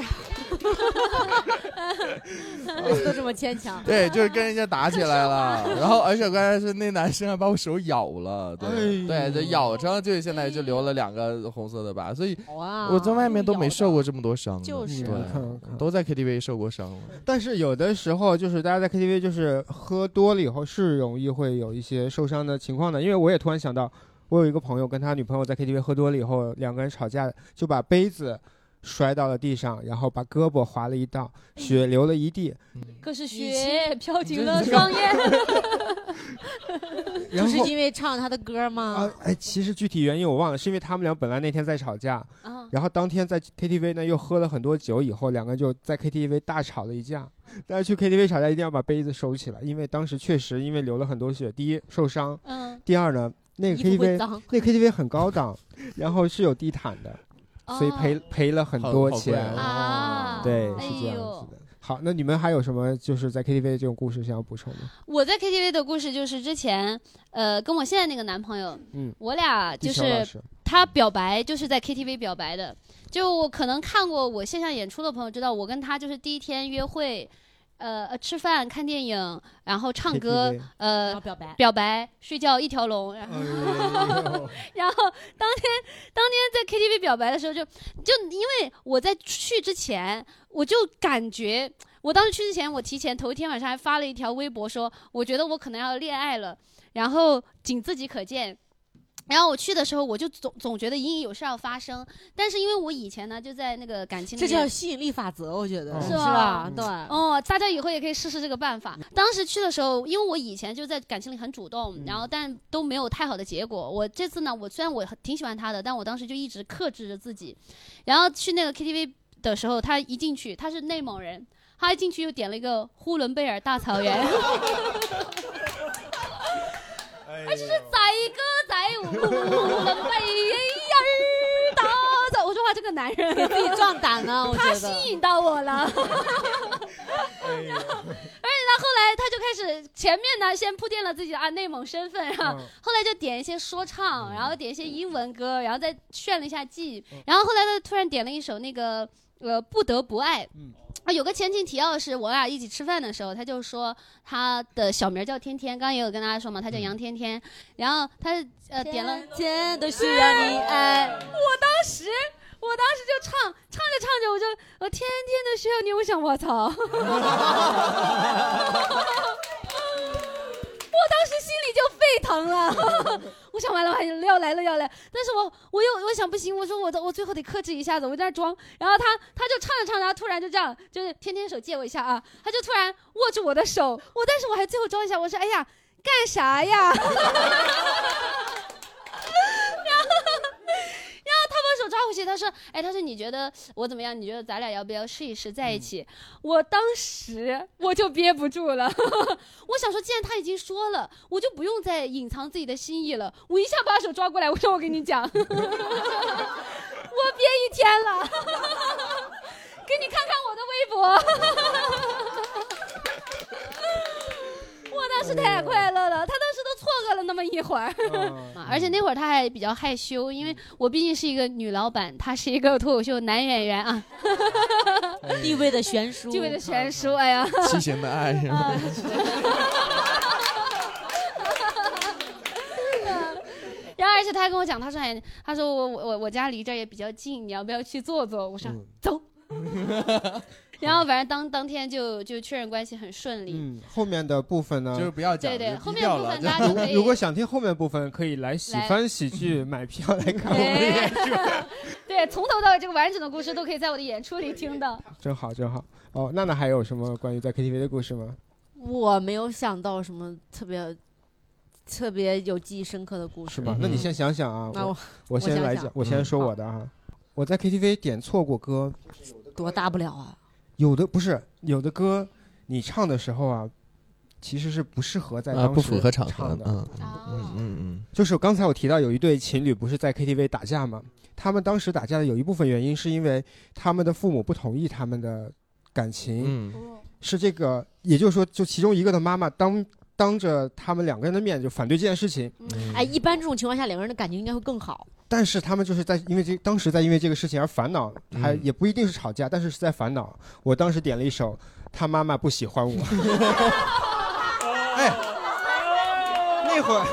[laughs]
[laughs]
每次都这么牵强。
对，就是跟人家打起来
[laughs]
了，然后而且关键是那男生还把我手咬了，对、对，就咬上，就现在就留了两个红色的疤，所以
哇
我在外面都没受过这么多伤呢，啊
就是
对
你看
都在 KTV 受过
[laughs]
伤了。
但是有的时候就是大家在 KTV 就是喝多了以后是容易会有一些受伤的情况的，因为我也突然想到，我有一个朋友跟他女朋友在 KTV 喝多了以后，两个人吵架就把杯子摔到了地上，然后把胳膊划了一道，血流了一地，
可是雪飘进了双
[laughs]
眼。
[laughs] 就
然后
是因为唱他的歌吗？
哎，其实具体原因我忘了，是因为他们俩本来那天在吵架，
哦
啊
然后当天在 KTV 呢又喝了很多酒，以后两个人就在 KTV 大吵了一
哦
架。大家去 KTV 吵架一定要把杯子收起来，因为当时确实因为流了很多血，第一受伤，
嗯
第二呢那个
衣服会
KTV
脏
那个 KTV 很高档，然后是有地毯的，所以赔赔了很多
好好贵
钱
哦
哦啊
对，
哎
是这样
呦
子的。好，那你们还有什么就是在 KTV 这种故事想要补充吗？
我在 KTV 的故事就是之前，呃，跟我现在那个男朋友，
嗯
我俩啊就
地球老
是
师
他表白就是在 KTV 表白的，就我可能看过我线下演出的朋友知道，我跟他就是第一天约会。呃呃吃饭、看电影，然后唱歌
KTV，
呃
表白
表白、睡觉一条龙，然后 [laughs] 然后当天当天在 KTV 表白的时候就，就因为我在去之前，我就感觉我当时去之前，我提前头一天晚上还发了一条微博说，我觉得我可能要恋爱了，然后仅自己可见。然后我去的时候，我就总总觉得隐隐有事要发生，但是因为我以前呢就在那个感情里
这
面，
叫吸引力法则，我觉得
是
是吧？对，
哦，大家以后也可以试试这个办法。当时去的时候，因为我以前就在感情里很主动，然后但都没有太好的结果。我这次呢，我虽然我很挺喜欢他的，但我当时就一直克制着自己。然后去那个 KTV 的时候，他一进去，他是内蒙人，他一进去又点了一个呼伦贝尔大草原， [laughs]
而
且是 [laughs] 载歌载舞，呼伦贝尔大草。我说哇，这个男人
给自己壮胆了我觉
他
得
吸引到我了。 [laughs] 而且他后来他就开始前面呢，先铺垫了自己的啊内蒙身份，然后
嗯
后来就点一些说唱，然后点一些英文歌，然后再炫了一下技，然后后来他突然点了一首那个呃不得不爱。啊，有个前情提要是我俩一起吃饭的时候，他就说他的小名叫天天，刚刚也有跟大家说嘛，他叫杨天天，然后他呃点了
天都需要你爱，
我当时我当时就唱唱着唱着，我就我天天都需要你，我想我操。 [laughs] 哎我当时心里就沸腾了， [laughs] 我想完了完了要来了要来，但是我我又我想不行，我说我的我最后得克制一下子，我在那装，然后他他就唱着唱着，他突然就这样，就是天天手借我一下啊，他就突然握住我的手，我但是我还最后装一下，我说哎呀干啥呀？然后然后他把手抓回去，他说：“哎，他说你觉得我怎么样？你觉得咱俩要不要试一试在一起？”我当时我就憋不住了， [laughs] 我想说，既然他已经说了，我就不用再隐藏自己的心意了。我一下把手抓过来，我说：“我跟你讲， [laughs] 我憋一天了， [laughs] 给你看看我的微博。”我当时太快乐了，他当时都错愕了那么一会儿，啊而且那会儿他还比较害羞，因为我毕竟是一个女老板，他是一个脱口秀男演员啊，
[laughs] 地位的悬殊，嗯
地位的悬殊，哎呀，
畸形的爱是
啊
吗？
然后而且他还跟我讲，他说哎，他说我我我我家离这儿也比较近，你要不要去坐坐？我说、
嗯
走。然后反正当当天就就确认关系很顺利，
嗯，后面的部分呢，
就是不要
讲对对就后面低调
掉
部
了。
了分就大家都可以
如果想听后面部分，可以来喜
来
欢喜剧买
[laughs]
票来看我们的
哎
演出，
对，从头到尾这个完整的故事都可以在我的演出里听到。
真好真好。哦，娜娜还有什么关于在 KTV 的故事吗？
我没有想到什么特别特别有记忆深刻的故事，
是吧？那你先想想啊，
那
我
我
我先来讲，我先说我的啊。我在 KTV 点错过歌，
多大不了啊，
有的不是，有的歌你唱的时候啊，其实是不适合在
啊，
当
不
时
符合场合
唱
的，
的。
嗯嗯嗯嗯，
就是刚才我提到有一对情侣不是在 KTV 打架吗？他们当时打架的有一部分原因是因为他们的父母不同意他们的感情，是这个，也就是说，就其中一个的妈妈当当着他们两个人的面就反对这件事情，
哎，一般这种情况下，两个人的感情应该会更好。
但是他们就是在因为这当时在因为这个事情而烦恼，还也不一定是吵架，但是是在烦恼。我当时点了一首《他妈妈不喜欢我》，哎，那会儿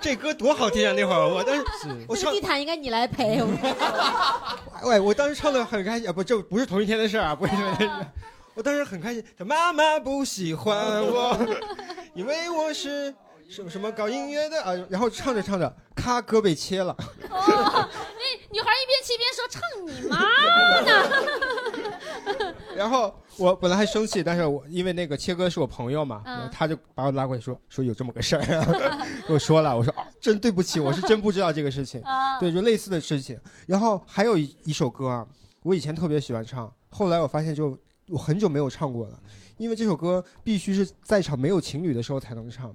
这歌多好听啊！那会儿我当时我
那个
唱
地，毯应该你来陪， [laughs] 我
哎，我当时唱的很开心啊！不，这不是同一天的事儿啊，不是同一天的事儿。我当时很开心，他妈妈不喜欢我，因为我是什么什么搞音乐的啊，然后唱着唱着，咔，歌被切了。
哦，那女孩一边骑一边说：“唱你妈呢
然后我本来还生气，但是我因为那个切哥是我朋友嘛，
嗯
然后他就把我拉过去说说有这么个事儿、啊， [laughs] 给我说了，我说啊真对不起，我是真不知道这个事情
啊，
对，就类似的事情。然后还有一一首歌啊，我以前特别喜欢唱，后来我发现就我很久没有唱过了，因为这首歌必须是在场没有情侣的时候才能唱，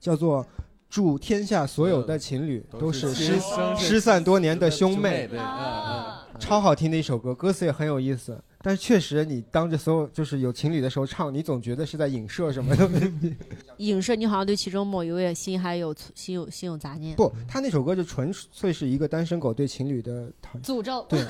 叫做。祝天下所有的情侣都是失
亲生
失散多年的兄妹
妹，对，嗯
超好听的一首歌，歌词也很有意思。但是确实，你当着所有就是有情侣的时候唱，你总觉得是在影射什么的问题。
影射你好像对其中某一位心还有心有心有杂念。
不，他那首歌就纯粹是一个单身狗对情侣的讨
诅咒。
对，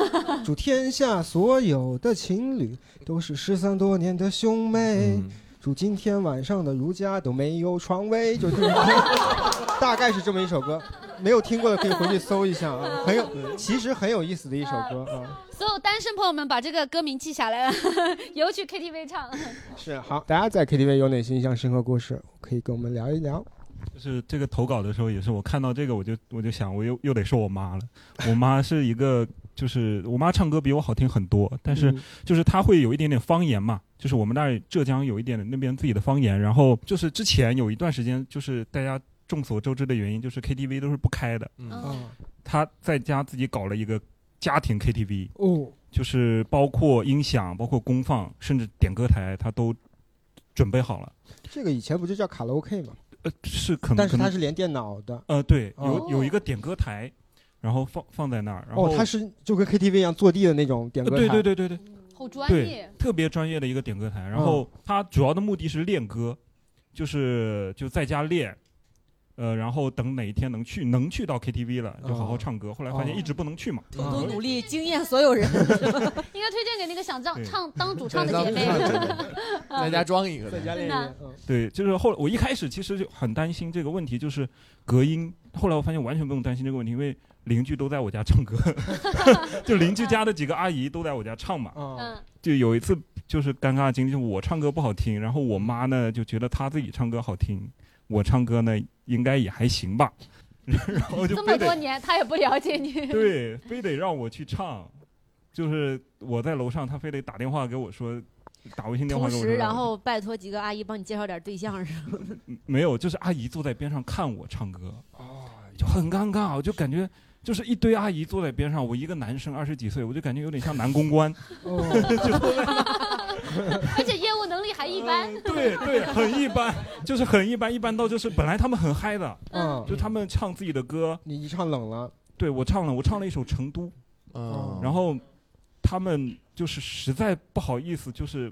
祝天下所有的情侣都是失散多年的兄妹，
嗯
祝今天晚上的如家都没有床位，就这么一 [laughs] 大概是这么一首歌。没有听过的可以回去搜一下啊，很有，
嗯
其实很有意思的一首歌啊。
[laughs] 所有单身朋友们把这个歌名记下来了，以后去 KTV 唱。
是
啊
好，大家在 KTV 有哪些印象深刻故事，可以跟我们聊一聊。
就是这个投稿的时候，也是我看到这个，我就我就想，我又又得说我妈了。我妈是一个，就是我妈唱歌比我好听很多，但是
嗯
就是她会有一点点方言嘛，就是我们那儿浙江有一点那边自己的方言。然后就是之前有一段时间，就是大家众所周知的原因，就是 KTV 都是不开的。
嗯哦
她在家自己搞了一个家庭 KTV，
哦，
就是包括音响、包括功放，甚至点歌台，她都准备好了。
这个以前不就叫卡拉 OK 吗？
呃，是可能，
但是
可能
它是连电脑的。
呃，对，
哦
有有一个点歌台，然后放放在那儿，然后
哦，它是就跟 KTV 一样坐地的那种点
呃
歌
对
台
对对对对，
好
对，特别专业的一个点歌台。
嗯
然后它主要的目的是练歌，就是就在家练，呃，然后等哪一天能去能去到 KTV 了，就
哦
好好唱歌。后来发现一直不能去嘛，
多努力，惊艳所有
[laughs]
人。
应
[laughs]
该推荐给那个想唱
对
唱当主唱的
对
姐妹
当主唱
[laughs]
的。
嗯
在家装一个，在
家
真的，
对，就是后来我一开始其实就很担心这个问题，就是隔音。后来我发现完全不用担心这个问题，因为邻居都在我家唱歌， [laughs] 就邻居家的几个阿姨都在我家唱嘛。
嗯
就有一次就是尴尬的经历，就是我唱歌不好听，然后我妈呢就觉得她自己唱歌好听，我唱歌呢应该也还行
[laughs]
吧，然后就
这么
非
多
得
年他也不了解你。，
对非得让我去唱，就是我在楼上，她非得打电话给我说，打微信电话
同
给我
时，
说，
然后拜托几个阿姨帮你介绍点对象什么的。
嗯
没有，就是阿姨坐在边上看我唱歌，就很尴尬，我就感觉就是一堆阿姨坐在边上，我一个男生二十几岁，我就感觉有点像男公关， [laughs]
而且业务能力还一般。
对对，啊很一般，就是很一般，一般到就是本来他们很嗨的，
嗯
就他们唱自己的歌，
你一唱冷了，
对我唱了，我唱了一首《成都》，
嗯
然后他们就是实在不好意思，就是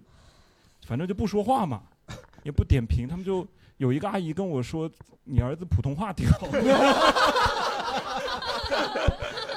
反正就不说话嘛， [laughs] 也不点评，他们就有一个阿姨跟我说，你儿子普通话挺
嗯
好。 [laughs]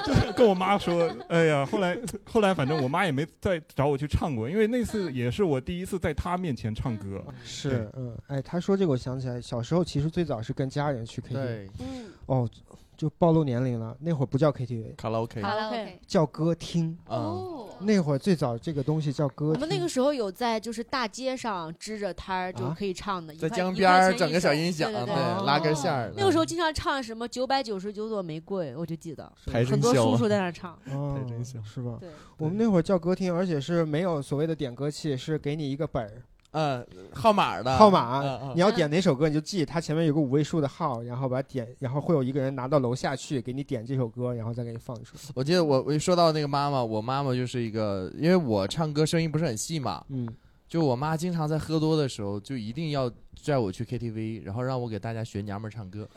就是跟我妈说，哎呀，后来后来，反正我妈也没再找我去唱过，因为那次也是我第一次在她面前唱歌。
是，嗯，哎，他说这个我想起来，小时候其实最早是跟家人去 KTV，
对
嗯
哦，就暴露年龄了，那会儿不叫 KTV，
卡拉 OK，
卡拉 OK
叫歌厅，
哦，
那会儿最早这个东西叫歌
我
厅，
们那个时候有在就是大街上支着摊儿就
啊
可以唱的，一
在
块
江
一
边
块
儿
钱
整
一
个小
首
音响，
对对
对，
对，哦
拉根线儿。
那个时候经常唱什么九百九十九朵玫瑰，我就记得
台
很
中
多
笑
叔
啊
叔在那儿唱。
哦，
真香
是吧？
对
我们那会儿叫歌厅，而且是没有所谓的点歌器，是给你一个本儿。
嗯，号码的
号码，
嗯嗯
你要点哪首歌你就记，它前面有个五位数的号，然后把它点，然后会有一个人拿到楼下去给你点这首歌，然后再给你放出来。
我记得我我一说到那个妈妈，我妈妈就是一个，因为我唱歌声音不是很细嘛，
嗯，
就我妈经常在喝多的时候，就一定要拽我去 KTV，然后让我给大家学娘们儿唱歌。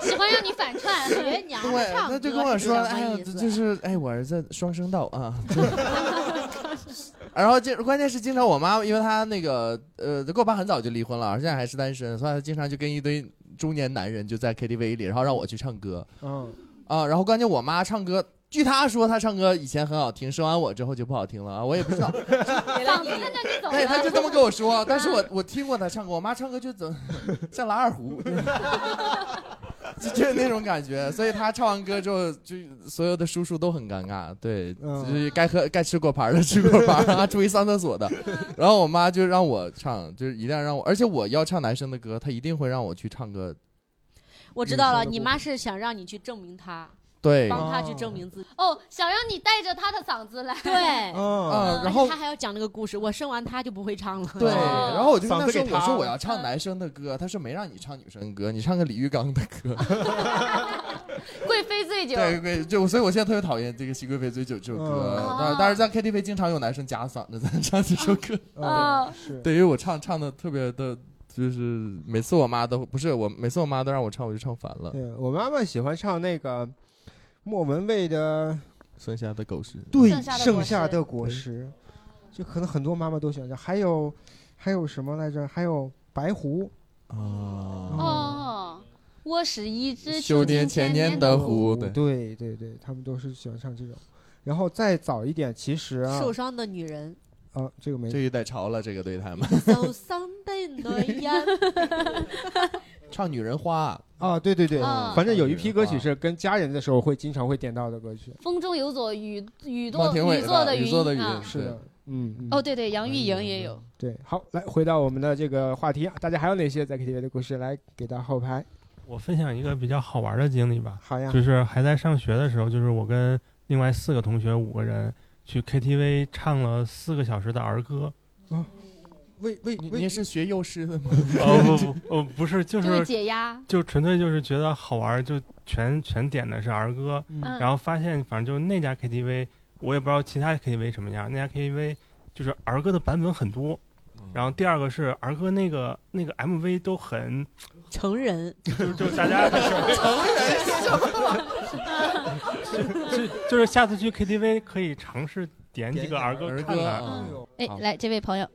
喜欢让你反串，学娘们
对，
唱歌
她就跟我
是
说，
什么
哎呀
意，
这
思
就是哎，我儿子双声道啊。 [laughs] 然后这关键是经常我妈妈，因为她那个呃跟我爸很早就离婚了，现在还是单身，所以她经常就跟一堆中年男人就在 KTV 里，然后让我去唱歌。
嗯，
啊，然后关键我妈唱歌，据她说她唱歌以前很好听，生完我之后就不好听了啊，我也不知道，
嗓子跟着你走了。
对，她哎就这么跟我说，啊但是我我听过她唱歌，我妈唱歌就怎像拉二胡， [laughs] 就就是那种感觉，所以她唱完歌之后，就所有的叔叔都很尴尬，对，
嗯
就是该喝该吃果盘的吃果盘，啊， [laughs] 注意上厕所的，然后我妈就让我唱，就是一定要让我，而且我要唱男生的歌，她一定会让我去唱歌，
我知
女
道
生
了，
的
你
部
妈是想让你去证明她，
对，
帮她去证明自己。
哦，想让你带着她的嗓子来。
对，
哦
嗯然后
她还要讲那个故事，我生完她就不会唱了。哦
对，然后我就跟
嗓
他
子
说：“
给
我
他
说我要唱男生的歌。”他说：“没让你唱女生的歌，你唱个李玉刚的歌。
[laughs] 贵妃醉酒。
对”对对，就所以我现在特别讨厌这个《熹贵妃醉酒》这首歌啊
嗯。
但但是在 KTV 经常有男生假嗓子在那唱这首歌。
哦
是
对，因为我唱唱的特别的，就是每次我妈都不是我，每次我妈都让我唱，我就唱烦了。
对我妈妈喜欢唱那个莫文蔚的
剩下的狗屎，
对
剩下的果
剩下
实
的果实，就可能很多妈妈都喜欢唱。还有还有什么来着？还有白狐
哦，我是一只
修炼千年的狐，对
对对对，他们都是喜欢唱这种。然后再早一点，其实啊，
受伤的女人。
啊，这个没，
这有点潮了，这个对他们
受伤的
[laughs]
女人。
唱《女人花》
啊，对对对，
嗯
啊
反正有一批歌曲是跟家人的时候会经常会点到的歌曲。
风中有朵雨雨
孟
落
庭苇
雨做
的
云
雨做的云
啊，
是的，嗯嗯
哦，对对，杨钰莹也有。
对，好，来回到我们的这个话题啊，大家还有哪些在 KTV 的故事？来给到后排。
我分享一个比较好玩的经历吧。
好呀
就是还在上学的时候，就是我跟另外四个同学五个人去 KTV 唱了四个小时的儿歌。
[laughs] 为为
你你是学幼师的
[laughs]
吗？
[laughs] 哦不不，哦不是，就
就是是解压
就纯粹就是觉得好玩儿，就全全点的是儿歌，
嗯
然后发现反正就那家 KTV，我也不知道其他 KTV 什么样，那家 KTV 就是儿歌的版本很多，然后第二个是儿歌那个那个 MV 都很
成人，
就就大 [laughs] 家就 [laughs] 就是下次去 KTV 可以尝试点几个儿歌看看，
哎，来这位朋友，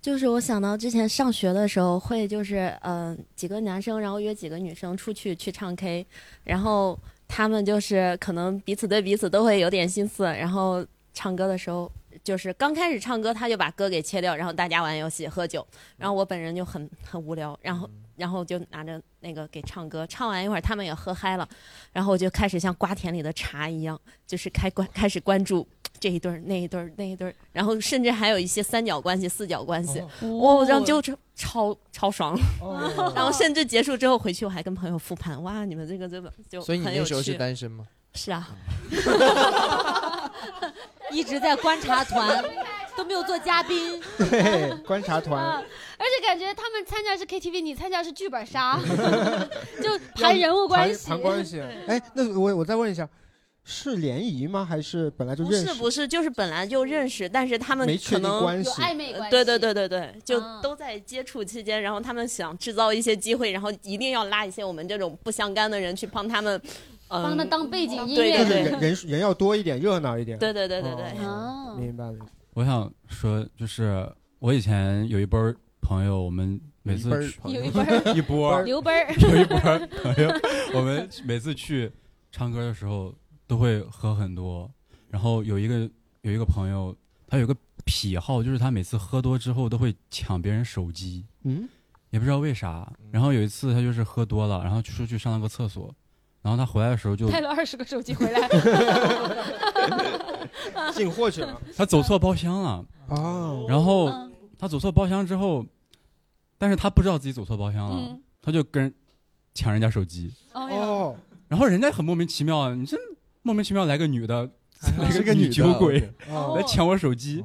就是我想到之前上学的时候，会就是嗯、呃几个男生，然后约几个女生出去去唱 K，然后他们就是可能彼此对彼此都会有点心思，然后唱歌的时候。就是刚开始唱歌，他就把歌给切掉，然后大家玩游戏喝酒，然后我本人就很很无聊，然后然后就拿着那个给唱歌，唱完一会儿他们也喝嗨了，然后我就开始像瓜田里的茶一样，就是开关开始关注这一对儿那一对儿那一对儿，然后甚至还有一些三角关系、四角关系，
哦
哦，然后就超超超爽了。
哦
然后甚至结束之后回去，我还跟朋友复盘，哇，你们这个真的就
所以你
很有
那时候是
趣
单身吗？
是啊，
一直在观察团，都没有做嘉宾。
对，观察
啊
团，
而且感觉他们参加是 KTV，你参加是剧本杀，就谈人物关系，
谈关系。哎，那我我再问一下，是联谊吗？还是本来 [laughs] 就
不
认
是
识？
不是，就是本来就认识，但是他们
没确
可
定
能
关系有暧
昧
关系
对对对对对，就都在接触期间，然后他们想制造一些机会，然后一定要拉一些我们这种不相干的人去帮他们，嗯、
帮他当背景音
对
乐
对
就是
对
人人人要多一点，热闹一点。
对对对对对
哦明白了。
我想说，就是我以前有一波儿朋友，我们每次
有
去
一波儿朋友
一
有一波
[laughs] 一波
儿
儿
刘波儿
有一波儿朋友，我们每次去唱歌的时候都会喝很多。然后有一个有一个朋友，他有个癖好，就是他每次喝多之后都会抢别人手机，
嗯，
也不知道为啥。然后有一次他就是喝多了，然后出去上了个厕所，然后他回来的时
[laughs]
候就
带了二十个手机回来，
进货去了。
他走错包厢了
哦，
然后他走错包厢之后，但是他不知道自己走错包厢了，
嗯哎
他就跟人抢人家手机，
哦，
然后人家很莫名其妙啊，你这莫名其妙来个女的，来
是个女的
酒鬼、
哦
来抢我手机，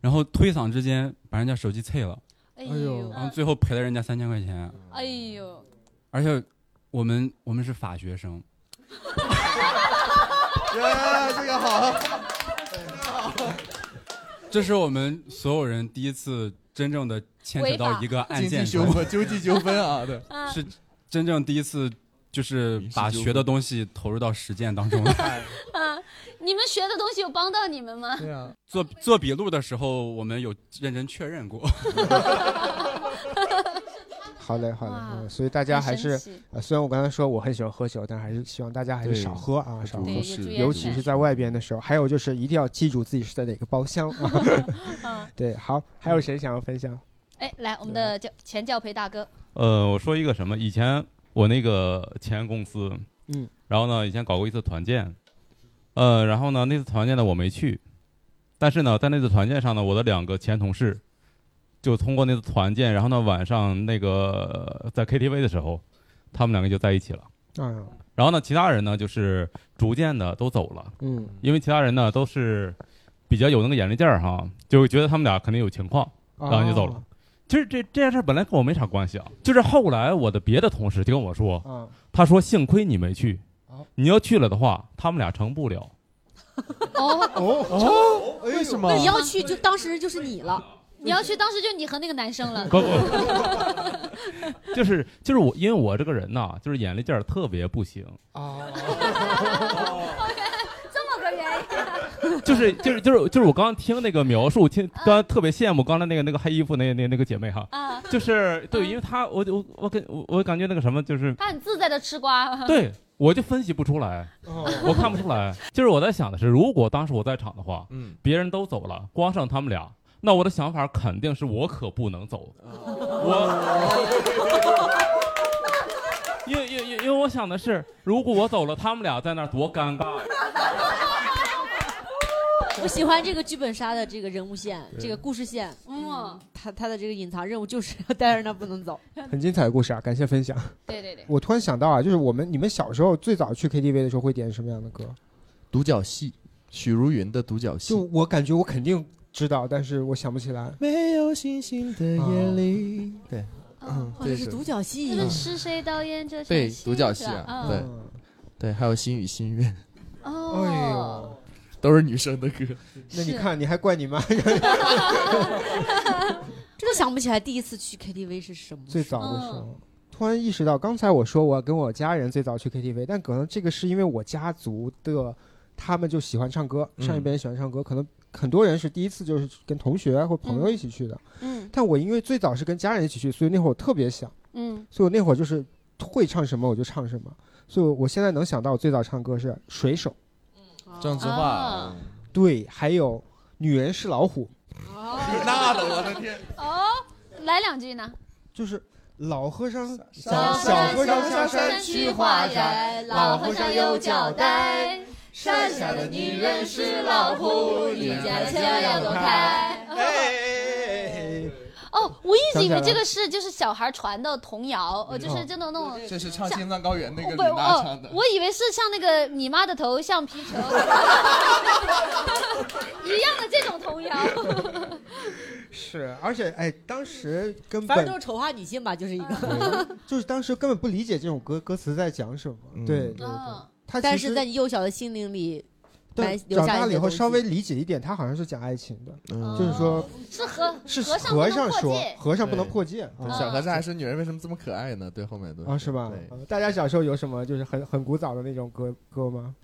然后推搡之间把人家手机碎了，
哎呦
然后最后赔了人家三千块钱，
嗯
哎呦，
而且我们我们是法学生，
耶，哎这个好。
这是我们所有人第一次真正的牵扯
违
到
法
一个案件
经济纠纷经济纠
[laughs]
纷啊对
是真正第一次就是把
纠纷哎
学的东西投入到实践当
[laughs]
中。
啊，你们学的东西有帮到你们吗？
对
[laughs]
啊，做做笔录的时候，我们有认真确认
[laughs]
过。
好嘞，好嘞好嘞，所以大家还
很
是
神奇，
呃虽然我刚才说我很喜欢喝酒，但还是希望大家还是
对
少喝啊，
对
少喝
对也注意安，全
尤其是在外边的时候。还有就是一定要记住自己是在哪个包厢啊。 [laughs] 对，好，还有谁想要分享？
嗯哎，来我们的教前教培大哥，
呃，我说一个什么？以前我那个前公司，
嗯，
然后呢，以前搞过一次团建，呃，然后呢，那次团建呢我没去，但是呢，在那次团建上呢，我的两个前同事就通过那次团建，然后呢，晚上那个呃在 KTV 的时候，他们两个就在一起了。
啊，
然后呢，其他人呢就是逐渐的都走了，
嗯，
因为其他人呢都是比较有那个眼力劲儿哈，就觉得他们俩肯定有情况，然后就走了。
哦
其实这这件事儿本来跟我没啥关系啊，就是后来我的别的同事就跟我说，
嗯哦
他说幸亏你没去，你要去了的话，他们俩成不了。
哦
哦
哎
哦，为什么？
你要去就当时就是你了，
你要去当时就你和那个男生了， [laughs]
不 [laughs] 就是就是我，因为我这个人呐、就是眼
[laughs]
力劲儿特别不行，
哦，
这么个原因，
就是就是就是就是我刚刚听那个描述，听刚刚特别羡慕刚才那个那个黑衣服那那那个姐妹哈，就是对，因为她我我我感我我感觉那个什么就是
他很自在的吃瓜。 [laughs]
对，我就分析不出来，我看不出来。就是我在想的是，如果当时我在场的话，
嗯，
别人都走了，光剩他们俩，那我的想法肯定是我可不能走，因为因为因为因为我想的是，如果我走了，他们俩在那儿多尴尬呀。
我喜欢这个剧本杀的这个人物线，
对
这个故事线。嗯，他他的这个隐藏任务就是要待着那儿不能走。
很精彩的故事啊，感谢分享。
[laughs] 对对对
我突然想到啊，就是我们你们小时候最早去 KTV 的时候会点什么样的歌？
独角戏，许茹芸的独角戏。
就我感觉我肯定知道，但是我想不起来。
没有星星的夜里，
对，
嗯，
或者啊哦是独角戏
这是谁导演这场
对，
戏
独角戏
是吧
啊，对
嗯，
对，还有心语心愿，
哦，
都 [laughs] 是女生的歌。
哎那你看，你还怪
[laughs]
你妈？
真的想不起来第一次去 KTV 是什么。
最早的时候，突然意识到，刚才我说我跟我家人最早去 KTV，但可能这个是因为我家族的他们就喜欢唱歌，
嗯
上一辈人喜欢唱歌，可能很多人是第一次就是跟同学或朋友一起去的。
嗯
但我因为最早是跟家人一起去，所以那会儿我特别想，
嗯
所以我那会儿就是会唱什么我就唱什么。所以我现在能想到我最早唱歌是《水手》，
郑智化，
对，还有《女人是老虎》。
那的我的天，
哦，来两句呢。
就是老和尚小
小和尚下
下
山去化缘，老和尚有交代。山下的女人是老虎，你家的家要躲
哎
开。
嗯
哦，我一直以为
想起来了
这个是就是小孩传的童谣，呃，就是真的那种。
哦这是唱《青藏高原》那个
不，
李娜
哦
唱的，。
我以为是像那个你妈的头像皮
[laughs]
球
嗯
[laughs]
一样的这种童谣。
是，而且哎，当时根
反正都
本
是丑化女性吧，就是一
对
个。
就是当时根本不理解这种歌歌词在讲什么。
嗯
对对对，
哦
他
但
其
是
实
在
[laughs]
你幼小的心灵里，埋
对
留
长
下
大了以
一
后
些
稍微理解一点，他好像是讲爱情的，
嗯
就是
哦
说
是和
[laughs]
是
和尚不
和
能
尚
破
说
戒
和尚不能破戒
对
啊
小和尚还说女人为什么这么可爱呢？对，后面都
啊是吧？
对
呃大家小时候有什么就是很很古早的那种歌歌吗？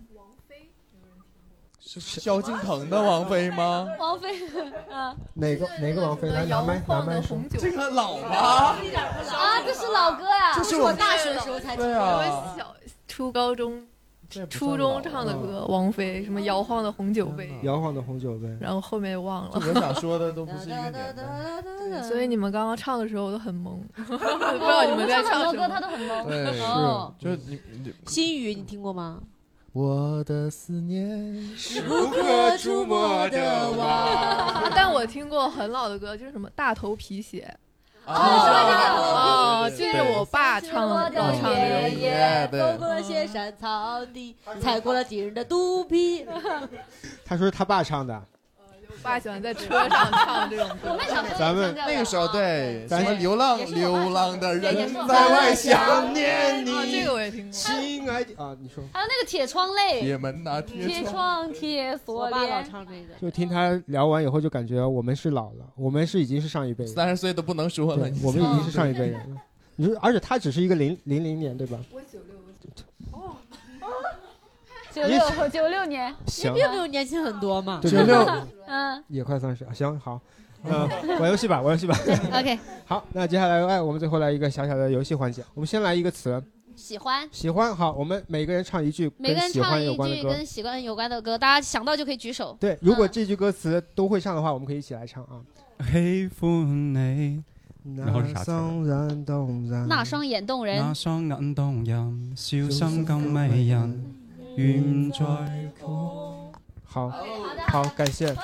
是萧敬腾的王菲吗？
王菲，啊
哪个哪个王菲？来拿麦拿麦说。
这个老吗？
啊，这是老歌呀，
这是我大学
时候才
听的对啊
我小初高中、初
算
中
老
唱的歌，
嗯
王菲什么摇晃的红酒杯，
摇晃的红酒
[laughs]
杯。
然后后面忘了。
我想说的都不是一个年代。
对所以你们刚刚唱的时候我都很懵，不知道你们在唱什
我们唱很多歌
么。
哦他都很懵
对，
哦
就是你你
心语你听过吗？
我的思念是
无可触摸的
网
但我听过很老的歌，就是什么大头皮鞋。
哦
哦，
对
这
对
是我爸唱
我
的，
的
唱的
爷
这
爷
对
走过了些山草地，踩过了敌人的肚皮。
他说是他爸唱的，
个。我爸喜欢在车上唱这种歌。我们
小
咱们
那个时候对，
咱
什么
们
流浪流浪的人在外想念
[laughs]
你。
亲爱的啊，你说
还有那个铁窗泪，
铁门呐，
铁
铁窗。
窗铁锁
我爸
链，
老唱这个。
就听他聊完以后，就感觉我们是老了，我们是已经是上一辈人，
三十岁都不能说了，
对
你
我们已经是上一辈人了。你说，而且他只是一个零零零年，对吧？
九六九六年，
行
你并没有年轻很多嘛。
对九六
嗯
也快三十，啊行好，
[laughs]
呃，玩游戏吧，玩游戏吧。
，OK，
[laughs] 好，那接下来，哎，我们最后来一个小小的游戏环节，我们先来一个词，
喜欢。
喜欢。好，我们每个人唱一句
每个
跟
人
喜
唱
欢有
一
关的
句
歌。
跟嗯习惯有关的歌，大家想到就可以举手。
对，如果这句歌词都会唱的话，我们可以一起来唱啊。
黑风内，然后是啥词儿？
双眼动人
那双眼动人
那，雙眼動人，笑聲更迷人，願再苦。
好，好，感谢。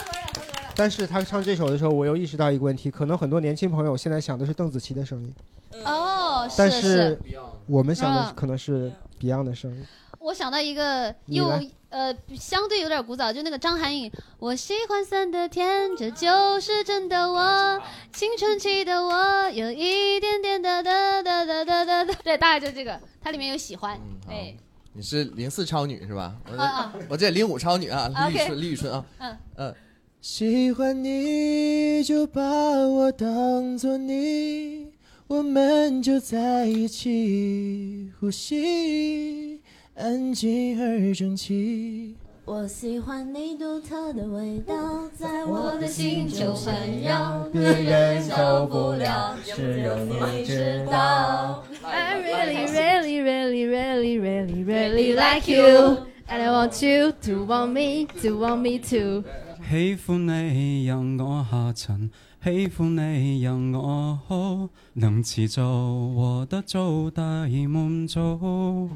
但是他唱这首的时候，我又意识到一个问题，可能很多年轻朋友现在想的是邓紫棋的声音，
嗯
哦，
但
是
是我们想的
嗯
可能是 Beyond 的声音。
我想到一个
你
又
来
呃相对有点古早，就那个张含韵，我喜欢散的天，这就是真的我，青春期的我有一点点的的的的的的的，对，大概就这个，它里面有喜欢，
嗯
对，
你是零四超女是吧？我
啊啊
这我这零五超女啊，李宇
OK
春，李宇春啊，
嗯，
嗯，
喜欢你就把我当做你，我们就在一起，呼吸安静而整齐。
我喜欢你独特的味道，在我的心中环绕，
别人受不了，只有你知道。
I 哎 really, really, really, really, really, really
Really
like
like
you.
you.
And I want you to want me, to want me too.
喜歡你讓我下沉，喜歡你讓我好，能持續我的做大夢做。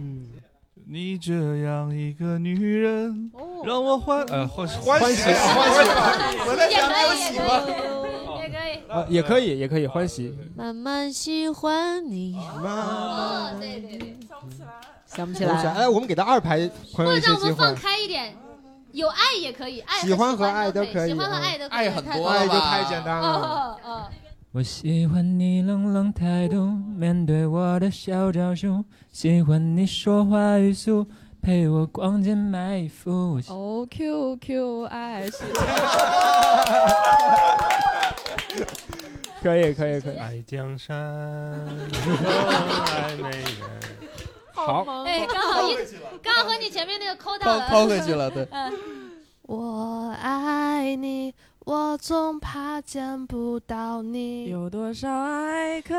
你这样一个女人，让我欢呃欢欢
欢
喜
喜欢喜
我
在
想没有
喜
欢
也可以。
啊，也可以，也可以欢喜。
慢慢喜欢你，
慢
哦对对对，
嗯
想
不起来
哎，我们给他二排宽
或
慰
者
一些
让我
机
们放
会。
开一点，有爱也可以，爱
喜欢
和
和爱
都可
都可以
喜欢和
啊
爱都可以，
爱很
太
多
多
了
了
吧爱就太简单了
哦哦
我喜欢你冷冷态度，面对我的小招数；喜欢你说话语速，陪我逛街买衣服。
O 哦 Q Q 爱是。
可以，可以，可以。
爱江山，
[laughs]
爱美人。
好
哎，刚好一，刚好和你前面那个抠到
抛
了，
抛回去了，对。
嗯，
我爱你，我总怕见不到你。有多少爱可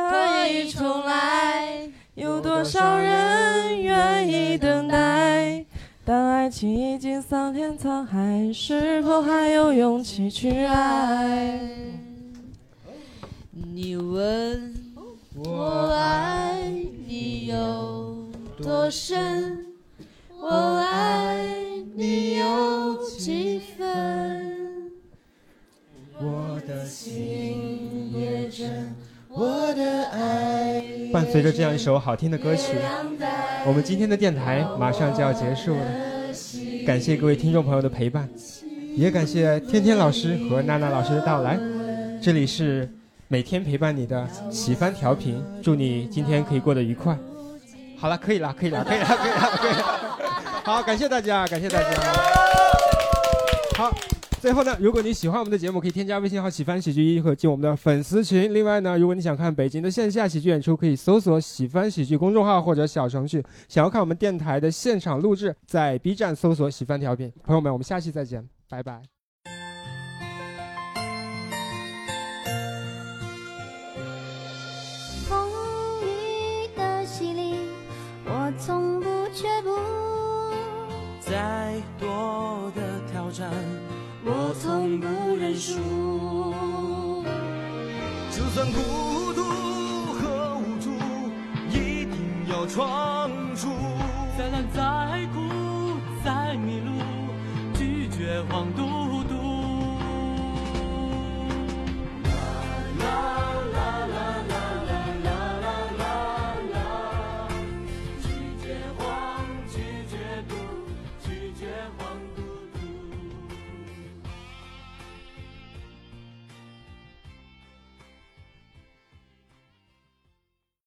以重来？有多少人愿意等待？当爱情已经桑田沧海，是否还有勇气去爱？
你问
我
爱你有多深？我爱你有几分？
我的心也真，我的爱。
伴随着这样一首好听的歌曲，我们今天的电台马上就要结束了。感谢各位听众朋友的陪伴，也感谢天天老师和娜娜老师的到来。这里是每天陪伴你的喜番调频，祝你今天可以过得愉快。好了，可以了，可以了，可以了，可以了，可以了。好，感谢大家，感谢大家。好。最后呢，如果你喜欢我们的节目，可以添加微信号“喜翻喜剧一”和进我们的粉丝群。另外呢，如果你想看北京的线下喜剧演出，可以搜索“喜翻喜剧”公众号或者小程序。想要看我们电台的现场录制，在 B 站搜索“喜翻调频”。朋友们，我们下期再见，拜拜。
风雨的洗礼，我从不却步，
再多的挑战，我从不认输。就算孤独和无助，一定要闯出。再难再苦再迷路，拒绝荒度。